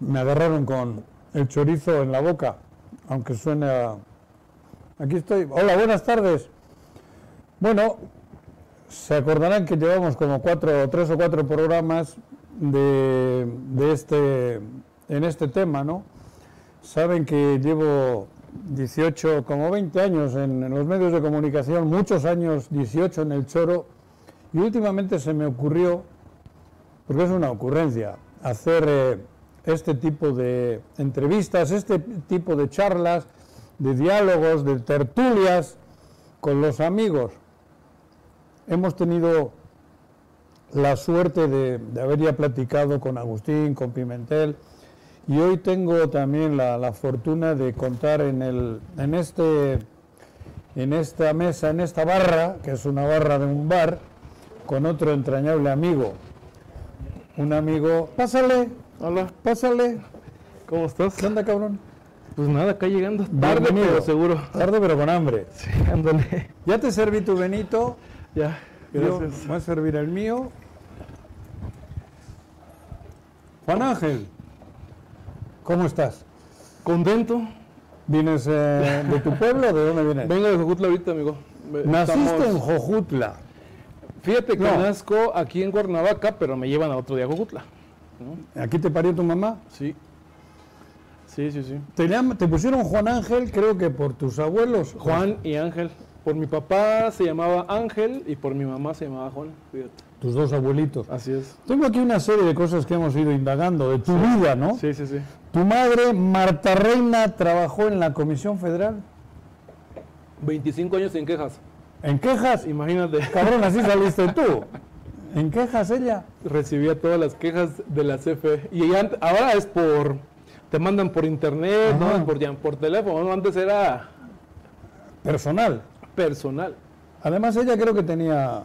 me agarraron con el chorizo en la boca, aunque suene a... Aquí estoy. Hola, buenas tardes. Bueno, se acordarán que llevamos como cuatro, tres o cuatro programas de, de este, en este tema, ¿no? Saben que llevo 18, como 20 años en, en los medios de comunicación, muchos años, 18 en el choro, y últimamente se me ocurrió, porque es una ocurrencia, hacer eh, este tipo de entrevistas, este tipo de charlas, de diálogos, de tertulias con los amigos. Hemos tenido la suerte de, de haber ya platicado con Agustín, con Pimentel, y hoy tengo también la, la fortuna de contar en, el, en, este, en esta mesa, en esta barra, que es una barra de un bar, con otro entrañable amigo. Un amigo, pásale, Hola, pásale. ¿cómo estás? ¿Qué onda, cabrón? Pues nada, acá llegando tarde, Bienvenido. pero seguro. Tarde pero con hambre. Sí, ándale. Ya te serví tu Benito, Ya, yo gracias. voy a servir el mío. Juan Ángel, ¿cómo estás? Contento. ¿Vienes eh, de tu pueblo? ¿De dónde vienes? Vengo de Jojutla ahorita, amigo. Me- Naciste en estamos- Jojutla. Fíjate que No. nazco aquí en Cuernavaca, pero me llevan a otro día a Jojutla. ¿Aquí te parió tu mamá? Sí. Sí, sí, sí. Te, llama- te pusieron Juan Ángel, creo que por tus abuelos. Juan y Ángel. Por mi papá se llamaba Ángel y por mi mamá se llamaba Juan. Fíjate. Tus dos abuelitos. Así es. Tengo aquí una serie de cosas que hemos ido indagando de tu vida, ¿no? Sí, sí, sí. Tu madre, Marta Reina, trabajó en la Comisión Federal. 25 años en quejas. ¿En quejas? Imagínate. Cabrón, así saliste tú. ¿En quejas ella? recibía todas las quejas de la CFE. Y ya ant- ahora es por. Te mandan por internet, Ajá. ¿no? por, llam- por teléfono. ¿no? Antes era Personal. personal. Además, ella creo que tenía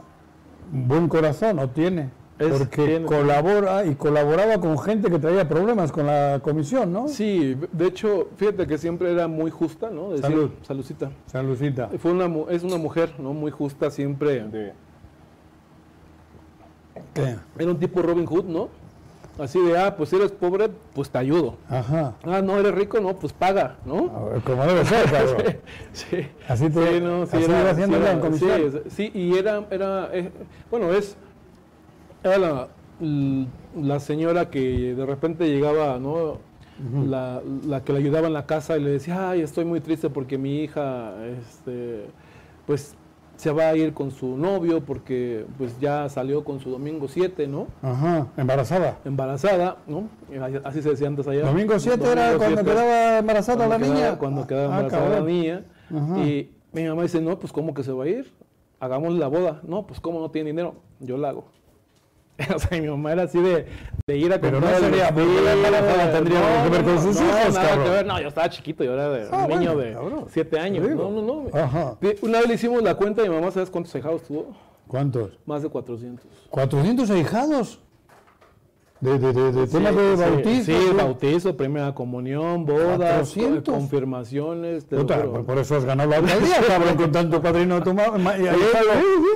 un buen corazón, o tiene. Es- porque tiene- colabora y colaboraba con gente que traía problemas con la comisión, ¿no? Sí, de hecho, fíjate que siempre era muy justa, ¿no? Decir- Salud. Saludcita. San Lucita. Fue una, mu- es una mujer, ¿no? Muy justa siempre. de- ¿Qué? Era un tipo Robin Hood, ¿no? Así de, ah, pues eres pobre, pues te ayudo. Ajá. Ah, no, eres rico, no, pues paga, ¿no? A ver, como debe ser, cabrón. Sí. Así te Sí, no, sí, así era, iba haciendo sí, ella era- en comisión. sí, es- sí, y era, era eh, bueno, es, era la, l- la señora que de repente llegaba, ¿no? La, la que le ayudaba en la casa y le decía, ay, estoy muy triste porque mi hija, este, pues, se va a ir con su novio porque, pues, ya salió con su domingo 7, ¿no? Ajá, embarazada. Embarazada, ¿no? Así se decía antes allá. Domingo 7 era Domingo cuando 7. quedaba embarazada Cuando la quedaba- niña. Cuando quedaba Ah, embarazada la cabrón. niña. Ajá. Y mi mamá dice, no, pues ¿cómo que se va a ir? Hagamos la boda. No, pues ¿cómo no tiene dinero? Yo la hago. o sea, mi mamá era así de, de ir a Pero comprar no el sería porque la vestido. embarazada tendría algo que ver con sus hijos, nada cabrón. que ver. No, yo estaba chiquito, yo era de Ah, un niño bueno, cabrón, de 7 años. te digo. Ah. No, no, no. Ajá. De- Una vez le hicimos la cuenta y mi mamá, ¿sabes cuántos ahijados tuvo? ¿Cuántos? Más de 400. 400 ahijados. De, de, de, de temas Sí, de sí, bautizo. Sí, bautizo, primera comunión, bodas, 400. confirmaciones. te lo Puta, juro. por- por eso has ganado la alcaldía, cabrón, con tanto padrino de tu ma- ma- y ahijado.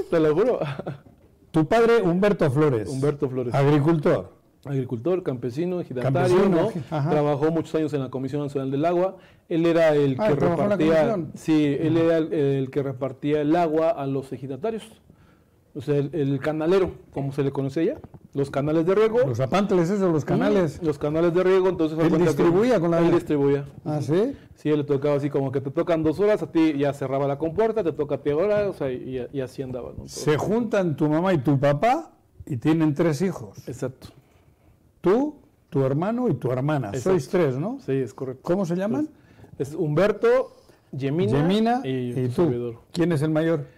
Te lo juro. Tu padre, Humberto Flores. Humberto Flores, Agricultor. agricultor, campesino, ejidatario, Ah. Campesino, ¿no? eje- ajá. Trabajó muchos años en la Comisión Nacional del Agua. Él era el Ah, que trabajó en la repartía, comisión. sí, él era el, el que repartía el agua a los ejidatarios. O sea, el, el canalero, como se le conoce allá, los canales de riego. Mm, Los apantles, esos, los canales. Los canales de riego, entonces... haz Él cuenta que- distribuía con la- Él distribuía. ¿Ah, sí? Sí, él le tocaba así como que te tocan dos horas, a ti ya cerraba la compuerta, te toca a ti ahora, o sea, y, y así andaba. ¿no? Se juntan tu mamá y tu papá y tienen tres hijos. Exacto. Tú, tu hermano y tu hermana. Exacto. Sois tres, ¿no? Sí, es correcto. ¿Cómo se llaman? Es Humberto, Gemina, Gemina Pues, y, y, tu tú. servidor. ¿Quién es el mayor?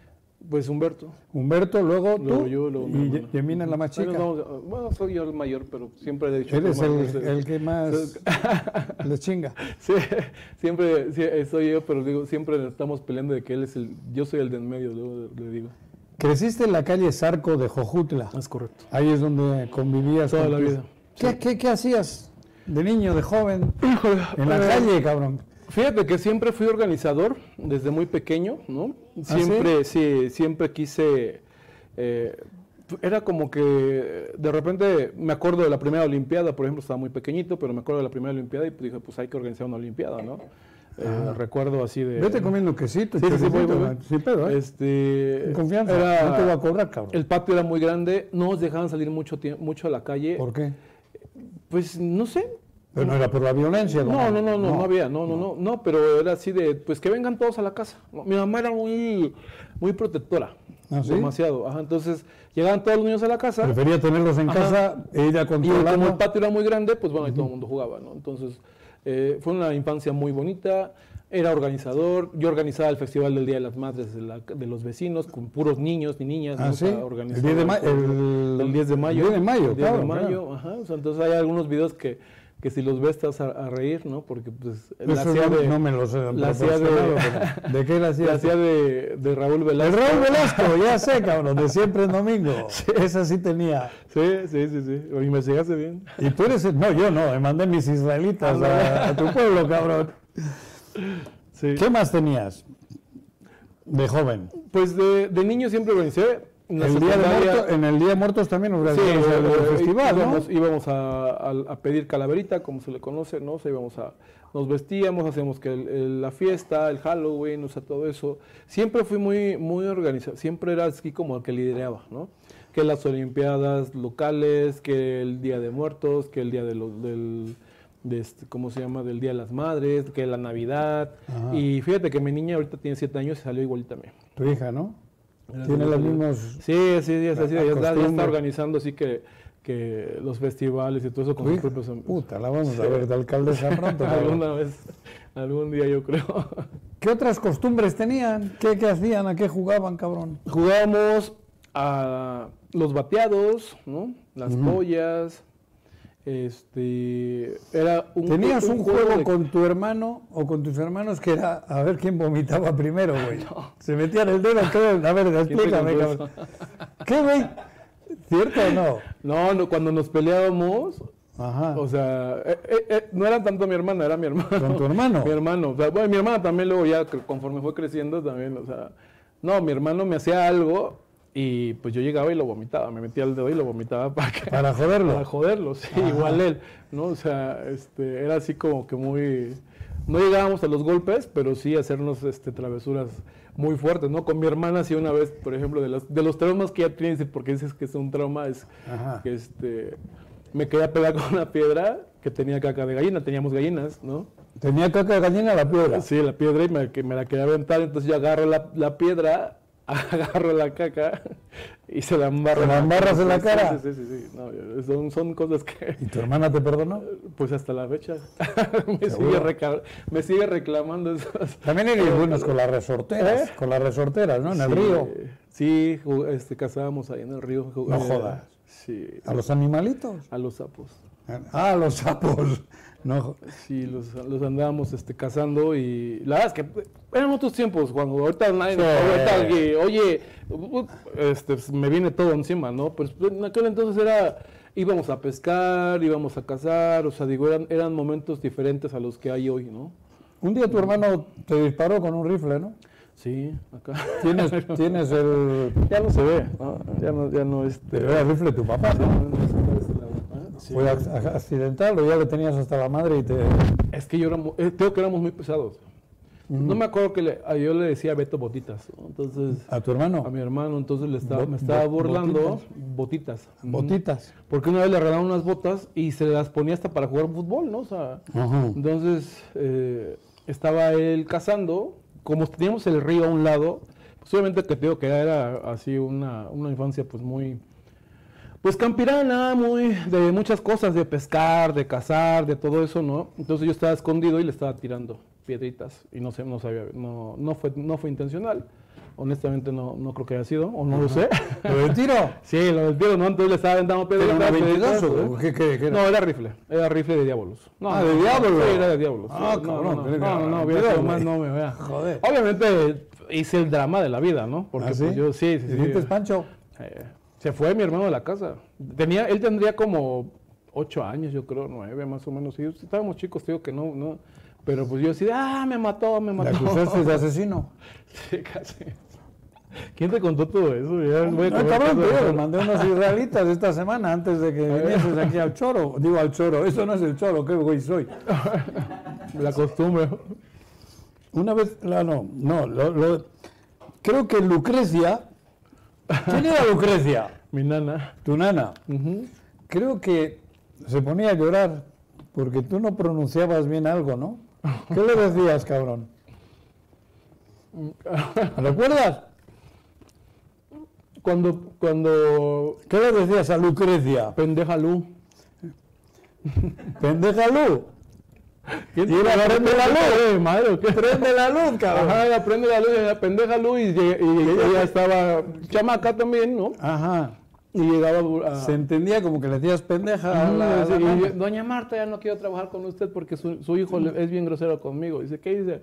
Pues Humberto. Humberto, luego tú. Luego yo, luego mi y hermana. Ye- Yemina es la más Ahí nos chica. vamos, bueno, soy yo el mayor, pero siempre he dicho que Eres más el, veces- el que más le chinga. Sí, siempre sí, eh, soy yo, pero digo, siempre estamos peleando de que él es el. Yo soy el de en medio, luego le digo. Creciste en la calle Zarco de Jojutla. Es correcto. Ahí es donde convivías. Toda con la tus- vida, ¿Qué, qué- qué hacías de niño, de joven? En pues, Eh, la calle, cabrón. Fíjate que siempre fui organizador desde muy pequeño, ¿no? ¿Ah, Siempre, sí? siempre quise eh, era como que de repente me acuerdo de la primera Olimpiada, por ejemplo, estaba muy pequeñito, pero me acuerdo de la primera Olimpiada y dije, pues hay que organizar una Olimpiada, ¿no? Eh, recuerdo así de... Ah. Vete comiendo quesito, Sí, sí, sí, voy, choricito, voy, voy. sin pedo, ¿eh? Este, Con confianza, era- no te voy a cobrar, cabrón. El patio era muy grande, no nos dejaban salir mucho, tiemp- mucho a la calle. ¿Por qué? Pues no sé. Pero no era por la violencia, don No, no, Manuel. no, no, no había, no, no, no, no, pero era así de, pues que vengan todos a la casa. Mi mamá era muy, muy protectora, ¿Ah, sí? demasiado. Ajá, entonces llegaban todos los niños a la casa Prefería tenerlos en Ajá. casa e ir a y como controlarlo. el patio era muy grande, pues bueno, ahí todo el mundo jugaba, ¿no? Entonces eh, fue una infancia muy bonita. Era organizador, yo organizaba el Festival del Día de las Madres de, la- de los vecinos con puros niños y niñas. Ah, ¿no? O sí. sea, El organizaba 10 de el mayo. El, el 10 de mayo. El 10 de mayo, El 10 claro, de mayo, claro. ajá. O sea, entonces hay algunos videos que, que si los ves te vas a, a reír, ¿no? Porque pues la Eso hacía no, de, no me los han la hacía de- proporcionado, pero ¿De qué la hacía? la hacía de, de Raúl El Velasco. Raúl Velasco, ya sé, cabrón, de siempre en domingo. Esa sí tenía. Sí, sí, sí, sí. Lo investigaste bien. Y tú eres. el- No, yo no, me mandé mis Ah, israelitas a, a tu pueblo, cabrón. Sí. ¿Qué más tenías de joven? Pues de, de niño siempre organizé. En la El día de secundaria- muertos, en el Día de Muertos también Sí, organizamos el, el eh, festival, ¿no? íbamos, íbamos a, a- a pedir calaverita, como se le conoce, ¿no? O sea, íbamos a, nos vestíamos, hacíamos que el- el- la fiesta, el Halloween, o sea, todo eso. Siempre fui muy, muy organizado, siempre era así como el que lideraba, ¿no? Que las olimpiadas locales, que el Día de Muertos, que el Día de los, del, de este, ¿cómo se llama? Del Día de las Madres, que la Navidad. Ajá. Y fíjate que mi niña ahorita tiene siete años y salió igualita a mí. Tu hija, ¿no? Tiene los mismos. Sí, sí, ya, está- sí, La- la ya está, ya costumbre. está organizando así que, que los festivales y todo eso con Tu sus hija. propios am- Puta, la vamos a ver de alcaldesa pronto. cabrón. Alguna vez, algún día yo creo. ¿Qué otras costumbres tenían? ¿Qué, qué hacían? ¿A qué jugaban, cabrón? Jugábamos a los bateados, ¿no? Las pollas. Este. Era un, ¿Tenías un, juego, de- con tu hermano o con tus hermanos que era a ver quién vomitaba primero, güey? Se metían el dedo en todo. A ver, explícame, peligroso. cabrón. ¿Qué, güey? ¿Cierto o no? No, no, cuando nos peleábamos, Ajá. o sea, eh, eh, eh, no era tanto mi hermana, era mi hermano. ¿Con tu hermano? Mi hermano, o sea, bueno, mi hermana también luego ya cre- conforme fue creciendo también, o sea, no, mi hermano me hacía algo y pues yo llegaba y lo vomitaba, me metía el dedo y lo vomitaba para que- Para joderlo. para joderlo, sí, igual él, ¿no? O sea, este, era así como que muy, no llegábamos a los golpes, pero sí hacernos este, travesuras muy fuertes, ¿no? Con mi hermana sí una vez, por ejemplo, de, las, de los traumas que ya tienes, porque dices que es un trauma, es Ajá. que este, me quedé pegada con una piedra que tenía caca de gallina, teníamos gallinas, ¿no? Tenía caca de gallina a la piedra. Sí, la piedra y me, que me la quería aventar, entonces yo agarro la, la piedra, agarro la caca y se la embarro. Te la embarras en la Sí, cara. Sí, sí, sí. sí. No, yo- son, son cosas que, ¿Y tu hermana te perdonó? pues hasta la fecha, me, sigue ¿Seguro? reca- me sigue reclamando esas. También eres buenos con las resorteras. ¿Eh? Con las resorteras, ¿no? Ah, En el Sí, río. Sí, ju- este, cazábamos ahí en el río. ju- No eh, jodas. Sí, A los animalitos. a los sapos. Ah, los sapos. No, Sí, los, los andábamos este, cazando y la verdad es que eh, eran otros tiempos, Juan. Ahorita nadie, Sí. ahorita que, oye, uh, este, pues, me viene todo encima, ¿no? Pero en aquel entonces era, íbamos a pescar, íbamos a cazar, o sea, digo, eran, eran momentos diferentes a los que hay hoy, ¿no? Un día tu hermano te disparó con un rifle, ¿no? Sí, acá. Tienes, tienes el. Ya no se ve, ¿no? Ah, ya no, ya no, este, Pero era el rifle de tu papá, ya ¿no? no es- ¿eh? Sí. Fue ac- ac- accidental o ya lo tenías hasta la madre y te. Es que yo era, mu- eh, creo que éramos muy pesados. No me acuerdo que le- a- yo le decía Beto Botitas, ¿no? entonces... A tu hermano. a mi hermano, entonces le estaba, Bo- me estaba bo- burlando botitas. Ujú. Botitas. Porque una vez le regalaron unas botas y se las ponía hasta para jugar fútbol, ¿no? O sea, Ajá. entonces eh, estaba él cazando, como teníamos el río a un lado, pues obviamente que te digo que era así una, una infancia pues muy... Pues campirana, muy de muchas cosas, de pescar, de cazar, de todo eso, ¿no? Entonces yo estaba escondido y le estaba tirando piedritas y no sé, no sabía, no, no fue, no fue intencional. Honestamente no, no creo que haya sido, o no lo sé. ¿Lo de tiro? sí, lo desvío, ¿no? Entonces le estaba aventando ¿Era piedritas. una piedritas, 22 ¿eh? o qué, qué- qué era? No, era rifle, era rifle de diabolos. No, Ah, no, de no, diablo. Sí, era de diablos. Ah, sí, no, cabrón, No, no, creo que no, era no, mentira, hubiera sido más, güey. no me vea. Joder. Obviamente hice el drama de la vida, ¿no? Porque ¿Ah, sí? pues, yo sí, sí, ¿Y sí. dices, Pancho? Eh, se fue mi hermano de la casa. Tenía, él tendría como ocho años, yo creo, nueve más o menos. Y estábamos chicos, te digo que no, no. Pero pues yo así, de, ah, me mató, me ¿Le mató. acusaste de asesino? Sí, casi. ¿Quién te contó todo eso? Ya voy a No, comer cabrón, todo. tío, mandé unos israelitas esta semana antes de que vinieses aquí al choro. Digo al choro, eso no es el choro, qué güey soy. La costumbre. Una vez, la, no, no, lo- lo- creo que Lucrecia. ¿Quién era Lucrecia? Mi nana. Tu nana. Ujú. Creo que se ponía a llorar porque tú no pronunciabas bien algo, ¿no? ¿Qué le decías, cabrón? ¿Recuerdas? Cuando, cuando ¿Qué le decías a Lucrecia? pendeja Lu. Pendeja luz. ¿Quién Y era, "Prende la luz". Eh, madre, ¿o qué? Prende la luz, cabrón. Ajá, era prende la luz, era pendeja Lu y, llegué- y ella estaba chamaca también, ¿no? Ajá. Y llegaba a... Se entendía como que le decías pendeja a Ujú, la- a Mm, sí, la y nana. yo, Doña Marta, ya no quiero trabajar con usted porque su, su hijo le- es bien grosero conmigo. Dice, ¿qué dice?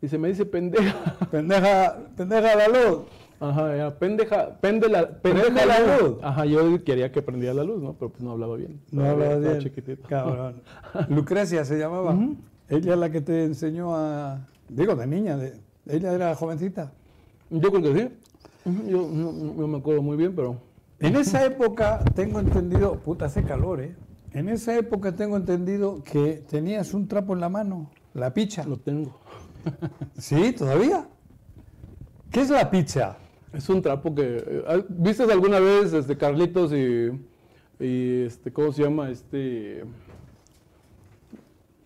Dice, me dice pendeja. Pendeja, pendeja la luz. Ajá, ya, pendeja, pende la, pendeja Prende la luz. Ajá, yo quería que prendiera la luz, ¿no? Pero pues no hablaba bien. No Estaba- hablabas estaba bien. chiquitito. Cabrón. Lucrecia se llamaba. Ella es la que te enseñó a. Digo, de niña. de- Ella era jovencita. Yo creo que sí. Ujú, Yo no, no me acuerdo muy bien, pero... En esa época tengo entendido. Puta, hace calor, ¿eh? En esa época tengo entendido que tenías un trapo en la mano. La picha. Lo tengo. Sí, todavía. ¿Qué es la picha? Es un trapo que. eh, ah, ¿Viste alguna vez este Carlitos y. y este, ¿cómo se llama? Este.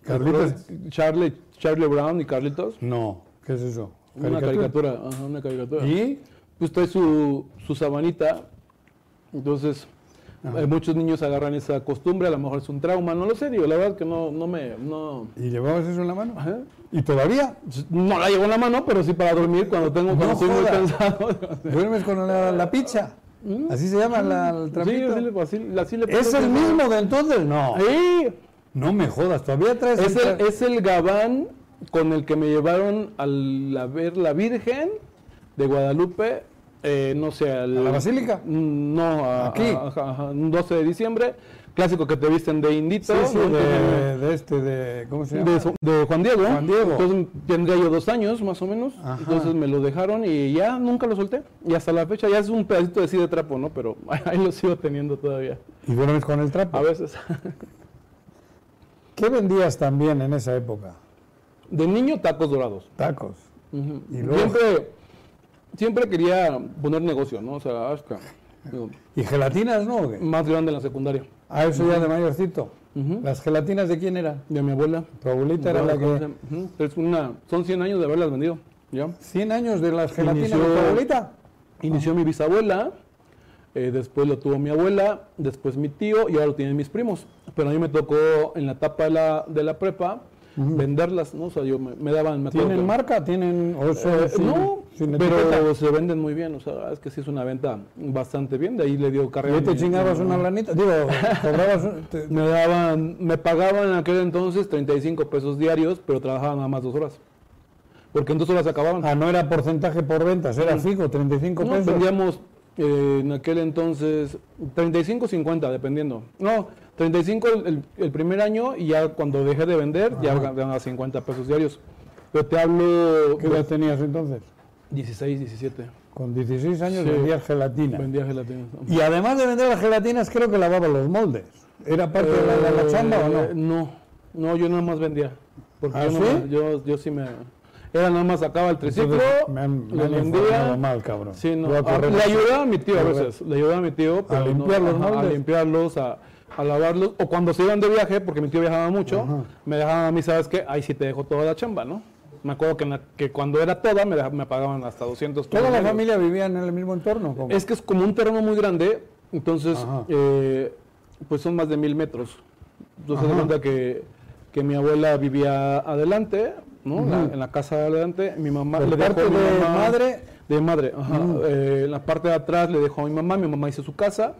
Carlitos. Charlie, Charlie Brown y Carlitos. No. ¿Qué es eso? Una caricatura, ajá, una caricatura. ¿Y? Pues trae su, su sabanita. Entonces, eh, muchos niños agarran esa costumbre, a lo mejor es un trauma, no lo sé, digo, la verdad que no, no me. No, ¿Y llevabas eso en la mano? ajá. ¿Y todavía? no la llevo en la mano, pero sí para dormir cuando tengo, cuando No estoy muy jodas. cansado. ¿Duermes con la, la picha? ¿Así se llama la, el Mm. Sí, trapito? así le- así- así le ¿Es pongo el que- mismo de entonces? No. Sí. No me jodas, todavía traes Es el el, tra- es el gabán con el que me llevaron al, a ver la Virgen de Guadalupe, eh, no sé, al- ¿A la basílica? Mm, No, a- Aquí. a- ajá, ajá, un 12 de diciembre, clásico que te visten de indito, Sí, sí, ¿no? de, de este, de... ¿Cómo se llama? de su- de Juan Diego. Juan Diego. Entonces tendría yo dos años más o menos, Ajá. entonces me lo dejaron y ya nunca lo solté. Y hasta la fecha ya es un pedacito de sí de trapo, ¿no? Pero ahí lo sigo teniendo todavía, ¿Y duermes con el trapo? a veces. ¿Qué vendías también en esa época? De niño, tacos dorados. Tacos. Ujú. Y luego- Siempre, siempre quería poner negocio, ¿no? O sea, Ashka, digo, ¿Y gelatinas, no? o qué? más grande en la secundaria. Ah, eso ya de mayorcito. Mm. Ujú. ¿Las gelatinas de quién era? De mi abuela. Tu abuelita era la que... Ujú. Es una, son 100 años de haberlas vendido. ¿ya? ¿100 años de las gelatinas de Inició- tu abuelita? Inició mi bisabuela, eh, después lo tuvo mi abuela, después mi tío y ahora lo tienen mis primos. Pero a mí me tocó en la etapa de la, de la prepa venderlas, ¿no? O sea, yo me, me daban... Me acuerdo ¿Tienen que- marca? ¿Tienen...? o son Eh, sin- no, sin etiqueta? pero se venden muy bien, o sea, es que sí es una venta bastante bien, de ahí le dio carrera. Yo te mi- chingabas mi una mamá. lanita, digo, cobrabas, un- te- Me daban, me pagaban en aquel entonces 35 pesos diarios, pero trabajaban nada más dos horas. Porque en dos horas acababan. ah, no era porcentaje por ventas, era fijo, 35 No, pesos. vendíamos eh, en aquel entonces 35, 50, dependiendo. No, 35 el, el- el primer año y ya cuando dejé de vender ya ganaba 50 pesos diarios. Pero te hablo ¿Qué edad tenías entonces? 16, 17. Con 16 años Sí. vendías gelatina. Vendía gelatinas. ¿no? Y además de vender las gelatinas, creo que lavaba los moldes. ¿Era parte de la, de la chamba o Eh, no? No, no, yo nada más vendía. Porque ¿Ah, yo, nada sí? más- yo, yo sí me. Era nada más sacaba el triciclo, Entonces, me han, me lo han informado vendía. mal, cabrón. Sí, no. Voy a Ah, correr le la- ayudaba a mi tío a veces. Le ayudaba a mi tío pero no- limpiar los ajá, a moldes. limpiarlos, a, a lavarlos. O cuando se iban de viaje, porque mi tío viajaba mucho, me dejaban a mí, ¿sabes qué? Ahí sí te dejo toda la chamba, ¿no? Me acuerdo que, en la- que cuando era toda me, dej- me pagaban hasta 200 ¿Toda la pesos. familia vivía en el mismo entorno? ¿Cómo? Es que es como un terreno muy grande, entonces, Ajá. eh, pues son más de mil metros. Entonces, de cuenta que, que mi abuela vivía adelante, ¿no? La- en la casa de adelante, mi mamá ¿Por dejó parte a mi de madre? De madre, ajá. Eh, en la parte de atrás le dejó a mi mamá, mi mamá hizo su casa,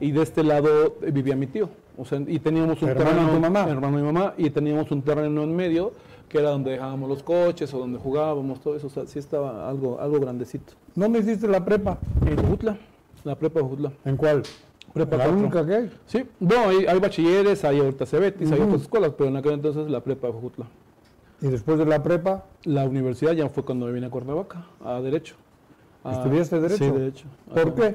y de este lado eh, vivía mi tío. O sea, y teníamos un Hermano terreno. de tu mamá. Hermano de mi mamá, y teníamos un terreno en medio, que era donde dejábamos los coches o donde jugábamos, todo eso. O sea, sí estaba algo, algo grandecito. ¿Dónde hiciste la prepa? En Jujutla, la prepa de Jujutla. ¿En cuál? Prepa ¿La cuatro. única que hay? Sí, no, hay, hay bachilleres, hay ahorita Cebetis, hay otras escuelas, pero en aquel entonces la prepa de Jujutla. Y después de la prepa, La universidad ya fue cuando me vine a Cuernavaca, a Derecho. Ah, ¿Estudiaste derecho? Sí, de hecho. ¿Por Ajá. qué?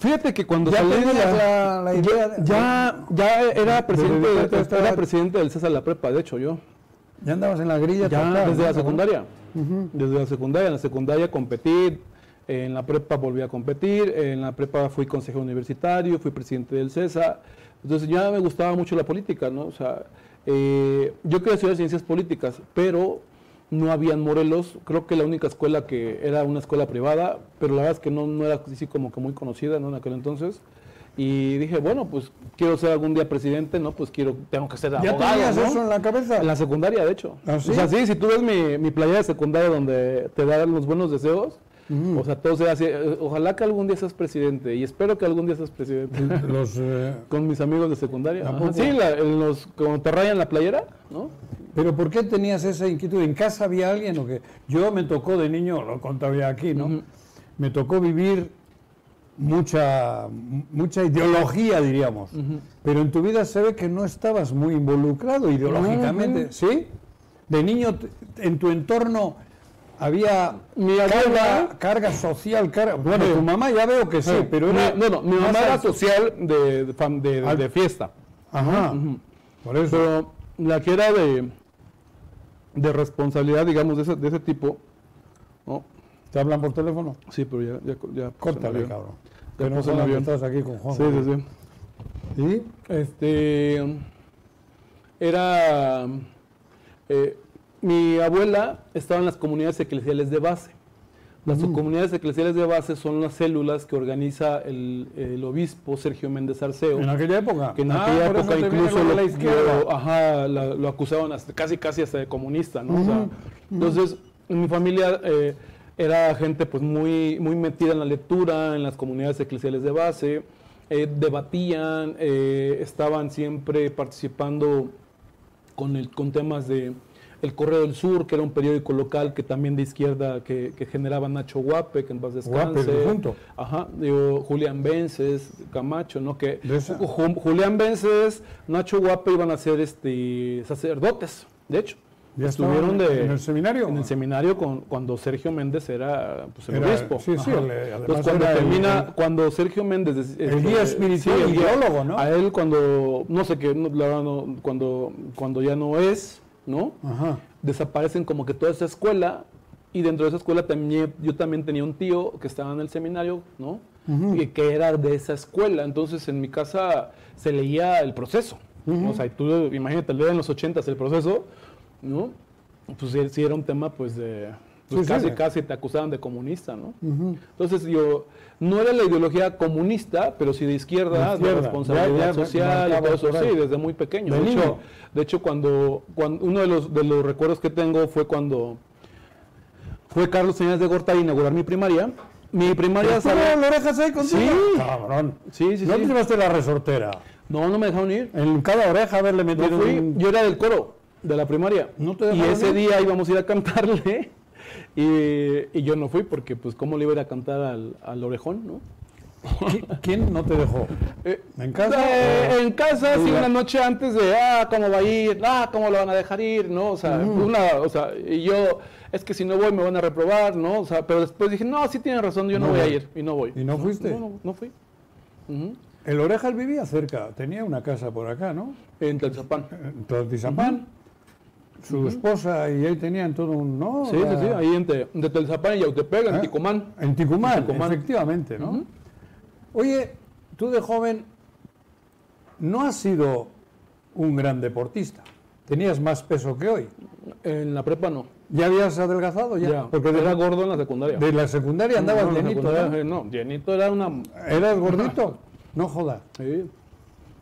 Fíjate que cuando Ya salí de tenías la- la- la idea de- ya, ya era presidente, dedicarte a esta- era presidente del César La Prepa, de hecho, yo. Ya andabas en la grilla. Ya total, desde la ¿no? secundaria. Ujú. Desde la secundaria, en la secundaria competí, en la prepa volví a competir, en la prepa fui consejero universitario, fui presidente del CESA. Entonces ya me gustaba mucho la política, ¿no? O sea, eh, yo quería estudiar ciencias políticas, pero no había en Morelos, creo que la única escuela que era una escuela privada, pero la verdad es que no, no era así como que muy conocida ¿no? en aquel entonces. Y dije, bueno, pues quiero ser algún día presidente, ¿no? Pues quiero, tengo que ser ¿Ya abogado, tenías ¿no? eso en la cabeza? En la secundaria, de hecho. ¿Ah, sí? O sea, sí, si tú ves mi, mi playera de secundaria donde te dan los buenos deseos, Mm. o sea, todo se hace. eh, Ojalá que algún día seas presidente y espero que algún día seas presidente. Los, eh, Con mis amigos de secundaria. ¿A Ajá. poco? Sí, la- en los, como te rayan la playera, ¿no? ¿Pero por qué tenías esa inquietud? ¿En casa había alguien o qué? Yo me tocó de niño, lo contaba ya aquí, ¿no? Ujú. Me tocó vivir mucha, mucha ideología, diríamos. Pero en tu vida se ve que no estabas muy involucrado ideológicamente, no. ¿sí? De niño, t- en tu entorno había Mi abuela- carga, carga social, carga... Bueno, tu mamá ya veo que sí, Sí, pero era... mi, no, no, mi eh, más mamá era al- social de, de fam- de- de- Al- de fiesta. Ajá, por eso. Pero la que era de, de responsabilidad, digamos, de ese, de ese tipo. ¿no? ¿Te hablan por teléfono? Sí, pero ya. ya, ya Córtale, cabrón. Ya Que no puso se un avión. estás aquí con Juan. Sí, sí, sí. ¿Y? Este era eh, mi abuela estaba en las comunidades eclesiales de base. Las comunidades eclesiales de base son las células que organiza el, el obispo Sergio Méndez Arceo. En aquella época. que en Ah, aquella por eso época te viene incluso lo de lo, la izquierda. lo- ajá, la- lo acusaban hasta- casi casi hasta de comunista, ¿no? O sea, entonces, en mi familia eh, era gente pues muy, muy metida en la lectura, en las comunidades eclesiales de base, eh, debatían, eh, estaban siempre participando con, el, con temas de El Correo del Sur, que era un periódico local que también de izquierda que, que generaba Nacho Guape, que en paz descanse. Guape, el difunto. Ajá, digo, Julián Vences, Camacho, ¿no? Que De esa- Ju- Julián Vences, Nacho Guape iban a ser este, sacerdotes, de hecho. Ya Estuvieron estaban de, en el seminario. en el seminario con, cuando Sergio Méndez era pues, el Era- obispo. sí, sí, Ajá. el- además Entonces, cuando era el- termina, el- cuando Sergio Méndez... des- este, guía espiritual, sí, el guía- teólogo, ¿no? A él cuando, no sé qué, no, la verdad no, cuando, cuando ya no es, ¿no? Ajá. desaparecen como que toda esa escuela y dentro de esa escuela también yo también tenía un tío que estaba en el seminario, ¿no? Y que era de esa escuela, entonces en mi casa se leía el proceso. ¿no? O sea, y tú imagínate, leer en los 80 el proceso, ¿no? Pues sí, sí era un tema pues de pues, Sí, sí. casi casi te acusaban de comunista, ¿no? Entonces yo no era la ideología comunista, pero sí de izquierda, de, De izquierda, responsabilidad ya- ya social y marcaba todo eso, por ahí. sí, desde muy pequeño. De De, niño. hecho, de hecho cuando, cuando uno de los, de los recuerdos que tengo fue cuando fue Carlos Señas de Gorta a inaugurar mi primaria. Mi ¿Cómo primaria sale- lo dejas ahí contigo? Sí. Cabrón. Sí, sí, ¿No sí. te llevaste la resortera? No, no me dejaron ir. En cada oreja haberle Yo, metido fui- un... yo era del coro de la primaria. No te y dejaron ese ir. día íbamos a ir a cantarle. Y, y yo no fui porque, pues, ¿cómo le iba a ir a cantar al, al orejón, no? ¿Qui- ¿Quién no te dejó? Eh, ¿En casa? Ah. eh, ¿O- en casa, sí, Mira. una noche antes de, ah, ¿cómo va a ir? Ah, ¿cómo lo van a dejar ir? ¿No? O sea, una, o sea, y yo, es que si no voy me van a reprobar, ¿no? O sea, pero después dije, no, sí tienen razón, yo no, No voy a voy. ir. Y no voy. ¿Y no fuiste? No, no, no fui. Ujú. El orejas vivía cerca. Tenía una casa por acá, ¿no? En Tlalzapán. En Tlaltizapán. Su esposa y él tenían todo un... ¿no? Sí, sí, sí, La- ahí entre, entre Tlalzapán y Yautepec, en ¿Eh? Ticomán. En Ticumán, En Ticumán. efectivamente, ¿no? Oye, tú de joven no has sido un gran deportista. Tenías más peso que hoy. En la prepa no. ¿Ya habías adelgazado? Ya. Ya, Porque porque de la, era gordo en la secundaria. de la secundaria No, andabas en la llenito, secundaria, ¿no? eh, No, llenito era una ¿Eras gordito? No jodas. Sí.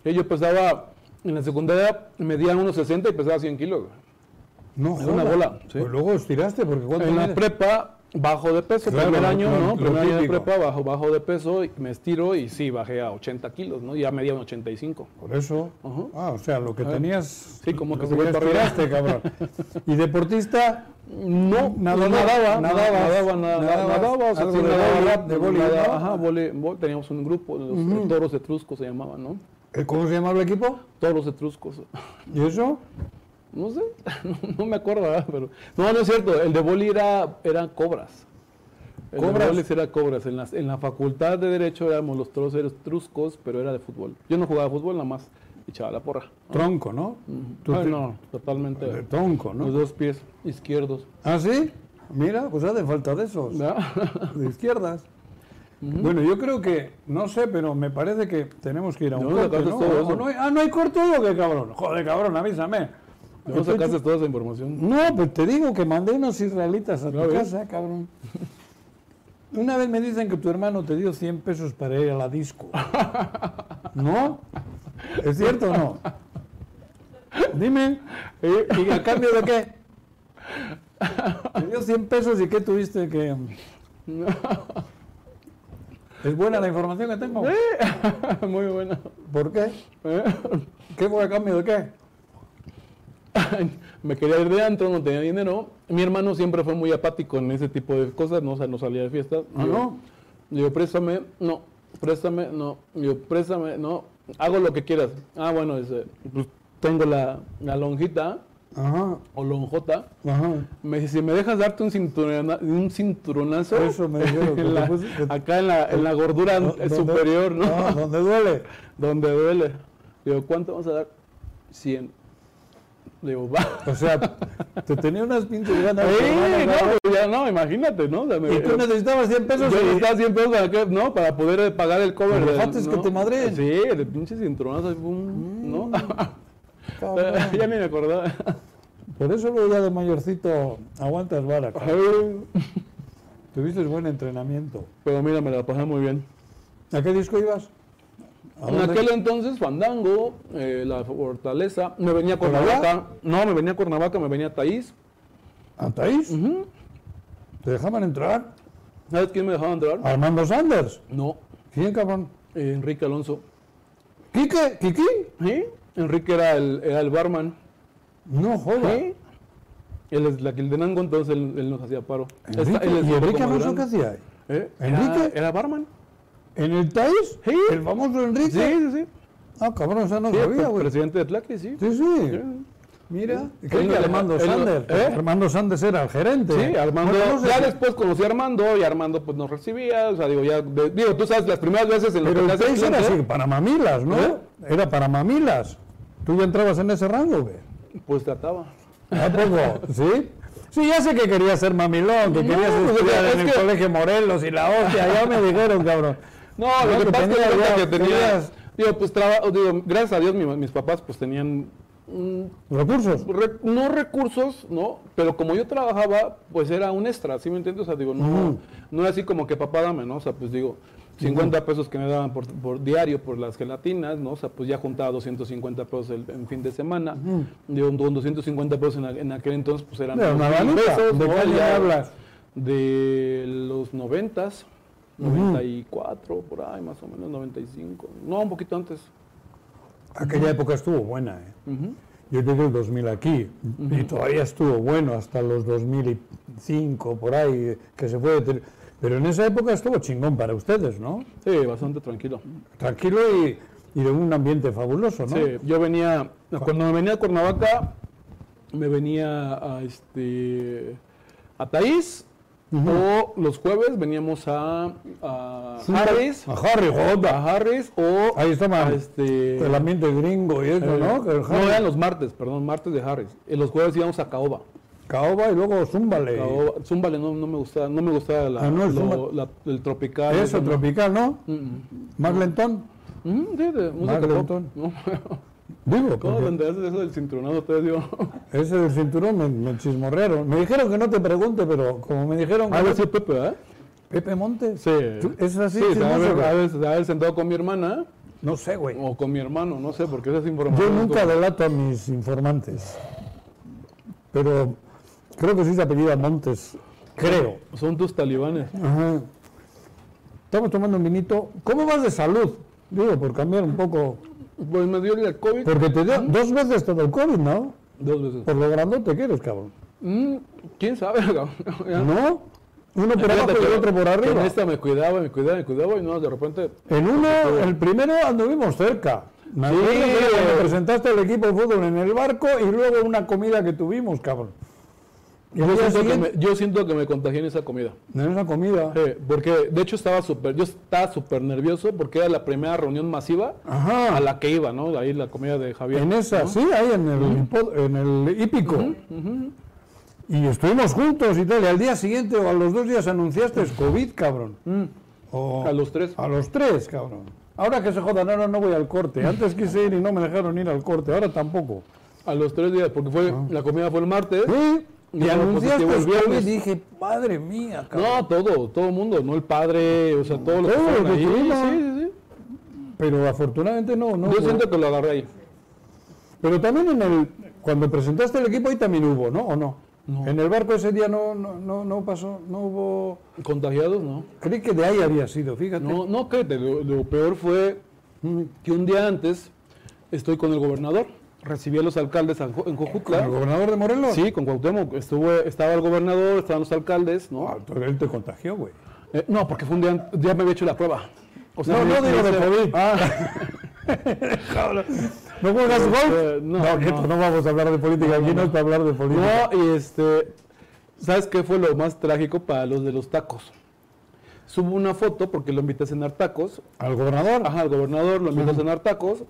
Sí, Yo pesaba, en la secundaria medía unos 60 y pesaba 100 kilos. güey. No Era jodas. una bola, sí. Pues luego estiraste porque cuánto En la mides? prepa, bajo de peso, Claro, primer año, lo- ¿no? lo Primer año de típico. prepa, bajo, bajo de peso, y me estiro y sí, bajé a 80 kilos, ¿no? Ya medía un 85. Por eso. Ajá. Ah, o sea, lo que tenías. Sí, como que lo se fue ya para arriba. estiraste, cabrón. ¿Y deportista? pues, No, Nadador, no nadabas, nadaba, nadaba, nada- nadabas, nadaba, o sea, algo sí de nadaba, bola, de bola, nada- ¿no? ajá, vole- vol- teníamos un grupo, los eh, toros etruscos se llamaban, ¿no? ¿Eh, ¿Cómo se llamaba el equipo? Toros etruscos. ¿Y eso? No sé, no, no me acuerdo, ¿verdad? pero. No, no es cierto. El de boli era, eran cobras. En ¿Cobras? los goles era cobras. En la, en la facultad de Derecho éramos los troceros truscos, pero era de fútbol. Yo no jugaba fútbol, nada más echaba la porra. Tronco, ¿no? Tú Ay, te- no, Pues, totalmente. de Tronco, Los ¿no? dos pies izquierdos. ¿Ah, sí? Mira, pues hace falta de esos. ¿verdad? de izquierdas. Bueno, yo creo que, no sé, pero me parece que tenemos que ir a un No, corte, sacaste ¿no? todo O- eso. o no hay- ah, ¿no hay corte o qué, cabrón? Joder, cabrón, avísame. No Estoy sacaste toda esa información. No, pues te digo que mandé unos israelitas a Ya tu ves. casa, cabrón. Una vez me dicen que tu hermano te dio 100 pesos para ir a la disco. ¿No? ¿Es cierto o no? Dime. ¿Y y a cambio de qué? Te dio 100 pesos y qué tuviste que... um, ¿Es buena la información que tengo? Muy buena. ¿eh? ¿Por qué? ¿Qué fue a cambio de qué? me quería ir de antro, no tenía dinero. Mi hermano siempre fue muy apático en ese tipo de cosas, no, o sea, no salía de fiestas. ¿Ah, Yo- no? Le digo, préstame, no, préstame, no, Le digo, préstame, no, hago lo que quieras. Ah, bueno, dice, pues, tengo la, la lonjita Ajá, o lonjota. ajá. Me dice, si me dejas darte un, cinturona- un cinturonazo Eso me dijeron. que en la- te puse- que- acá en la, en la gordura Do- eh, donde- superior, ¿no? Ah, donde duele. Donde duele. Le digo, ¿cuánto vamos a dar? 100. Le digo, va. O sea, te tenía unas pinches ganas. de Sí, hermano, no, pues ya no, imagínate, ¿no? O sea, me- Y tú necesitabas 100 pesos. yo y- necesitaba 100 pesos para, que- ¿no? para poder eh, pagar el cover. Pero del- dejaste que ¿no? te Mm. madreen. Sí, de pinche cinturonazo, boom, ¿no? Cabrón. "Ah, ya ni me acordaba. Por eso luego ya de mayorcito aguantas vara. cabrón. Tuviste buen entrenamiento. Pero mira, me la pasé muy bien. ¿A qué disco ibas? ¿A En dónde? aquel entonces, Fandango, eh, La Fortaleza, me venía a ¿Cornavaca? Cuernavaca. No, me venía a Cuernavaca, me venía a Taís. ¿A Taís? ¿Te dejaban entrar? ¿Sabes quién me dejaba entrar? Armando Sanders. No, ¿Quién, cabrón? eh, Enrique Alonso. ¿Quique? ¿Kiki? ¿Sí? Enrique era el, era el barman. No, joder. ¿Sí? Él es la Quildenango, entonces él, él nos hacía paro. Él está- Enrique, él es ¿Y un Enrique poco más Alonso qué grande. hacía ahí? ¿Eh? ¿Enrique? Era, era barman. ¿En el Taís? Sí. ¿El famoso Sí, Enrique? sí, sí. Ah, cabrón, o sea, no Sí, sabía, pre- güey. presidente de Tlaxcala, sí. Sí, Sí. sí. Mira, creo Él- que Armando él- Sanders. ¿eh? Armando Sanders era el gerente. Sí, Armando. Bueno, no sé ya si- después conocí a Armando y Armando pues nos recibía. O sea, digo, ya. de- digo, tú sabes, las primeras veces en lo pero que te hace ustedes era cliente, así, para mamilas, ¿no? ¿Eh? Era para mamilas. Tú ya entrabas en ese rango, güey. Pues trataba. ¿A poco? ¿Sí? Sí, ya sé que querías ser mamilón, que querías pues, estudiar es en el que- colegio Morelos y la hostia, ya me dijeron, cabrón. No, lo No, que que pasa es que, tenía ahorita ya- que tenía. tenías- Digo, pues traba- digo, gracias a Dios mi- mis papás pues tenían. mm, Recursos. re- no recursos, ¿no? Pero como yo trabajaba, pues era un extra, ¿sí me entiendes? O sea, digo, no, no era así como que papá dame, ¿no? O sea, pues digo, 50 pesos que me daban por, por diario por las gelatinas, ¿no? O sea, pues ya juntaba 250 pesos el, en fin de semana. Digo, con 250 pesos en, a- en aquel entonces, pues eran Era una unos mil lanita. ¿De qué año Ya hablas? De los 90, 94, por ahí más o menos, 95. No, un poquito antes. Aquella época estuvo buena, ¿eh? Ujú. Yo llegué el 2000 aquí y todavía estuvo bueno hasta los 2005 por ahí que se fue. de tele- Pero en esa época estuvo chingón para ustedes, ¿no? Sí, bastante tranquilo. Tranquilo y, y de un ambiente fabuloso, ¿no? Sí, yo venía, cuando me venía a Cuernavaca, me venía a este a Taís, o los jueves veníamos a, a Sí. Harris, A Harry, joda. a Harris, o Ahí a estaba este... el ambiente gringo y eso, eh, ¿no? Que el no, Harry- eran los martes, perdón, martes de Harris. Y los jueves íbamos a Caoba. Caoba y luego Zúmbale. Caoba- Zúmbale no, no me gustaba, no me gustaba la, Ah, no, el lo- Zumba- la- el tropical. Eso, esa, ¿no? tropical, ¿no? Mm, Más lentón. mm. Mm, sí, de música Madre, pop, entonces. ¿no? Digo, ¿Cómo porque te haces eso del cinturonado? Te digo. ese del cinturón me, me chismorrearon. Me dijeron que no te pregunte, pero como me dijeron... A que- ver si Pepe, ¿eh? Pepe Montes. Sí. ¿Tú- ¿Es así? Sí, de chismoso, haber, güey? de haber- de haber sentado con mi hermana No sé, güey. o con mi hermano, Oh, no sé, porque esa es información. Yo nunca como- delato a mis informantes. Pero creo que sí se apellida Montes. Creo. Son tus talibanes. Ajá. Estamos tomando un vinito. ¿Cómo vas de salud? Digo, por cambiar un poco. Pues me dio el COVID Porque te dio dos veces todo el COVID, ¿no? dos veces. Por lo grandote que eres, cabrón. Mm, ¿Quién sabe? cabrón? Ya. ¿No? Uno por Fíjate abajo que- y otro por que En este- arriba. esta me cuidaba, me cuidaba, me cuidaba y no, de repente. En uno, el primero anduvimos cerca. Me acuerdo que era cuando presentaste el equipo de fútbol en el barco y luego una comida que tuvimos, cabrón. Y al Yo día siento, que me, siguiente, yo siento que me contagié en esa comida. en esa comida. Sí, porque de hecho estaba súper, yo estaba súper nervioso porque era la primera reunión masiva Ajá. a la que iba, ¿no? Ahí la comida de Javier. En esa, sí, ahí en el, hipó- en el hípico. Y estuvimos juntos y tal. Y al día siguiente o a los dos días anunciaste es COVID, cabrón. O- A los tres. A los tres, cabrón. Ahora que se jodan, no, no, no voy al corte. Antes quise ir y no me dejaron ir al corte, ahora tampoco. A los tres días, porque fue, la comida fue el martes. Ah. Sí, Y y luego anunciaste positivo el COVID y viernes. dije, madre mía, cabrón. No, todo, todo el mundo, no el padre, o sea, todos los que Todos los estaban que ahí. estuvimos. Sí, sí, sí. Pero afortunadamente no, no. Yo hubo. siento que lo agarré ahí. Pero también en el, cuando presentaste el equipo ahí también hubo, ¿no? ¿O no? En el barco ese día no, no, no, no pasó, no hubo... Contagiados, ¿no. Creí que de ahí había sido, fíjate. No, no, créete, lo, lo peor fue mm, que un día antes estoy con el gobernador, recibí a los alcaldes en Jo- en Jojutla. ¿El gobernador de Morelos? Sí, con Cuauhtémoc. Estuvo, estaba el gobernador, estaban los alcaldes, Ah, ¿no? tú- él te contagió, güey. Eh, no, porque fue un día, an- ya me había hecho la prueba. O No, me- ah. no digo me de hice- COVID. ¿No juegas Eh, golf? no, no, no. quieto, no vamos a hablar de política, aquí no, es para hablar de política. No, y este, ¿sabes qué fue lo más trágico para los de los tacos? Subo una foto porque lo invité a cenar tacos, ¿Al gobernador? ajá, al gobernador lo invité a cenar tacos,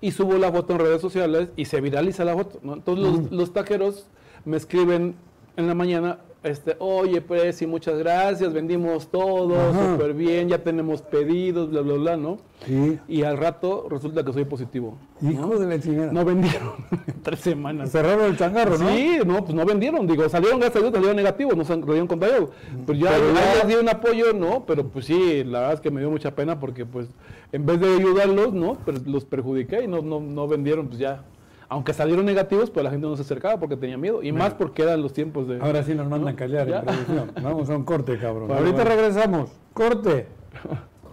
y subo la foto en redes sociales y se viraliza la foto, ¿no? Entonces los, los taqueros me escriben en la mañana, este, oye Presi, muchas gracias, vendimos todo, Ajá. súper bien, ya tenemos pedidos, bla, bla, bla, ¿no? Sí. Y al rato resulta que soy positivo. Hijo de la chingada. No vendieron en tres semanas. Cerraron el changarro, ¿no? Sí, no, pues no vendieron, digo, salieron gracias a Dios, salieron negativos, no sal- salieron contagiados. Pero ya, Pero ya ya- les di un apoyo, ¿no? Pero pues sí, la verdad es que me dio mucha pena porque pues en vez de ayudarlos, ¿no? Pero los perjudiqué y no, no, no vendieron, pues ya. Aunque salieron negativos, pues la gente no se acercaba porque tenía miedo. Y más porque eran los tiempos de... Ahora sí nos mandan callar Ya. en producción. Vamos a un corte, cabrón. Vale, Ahorita vale. regresamos. Corte.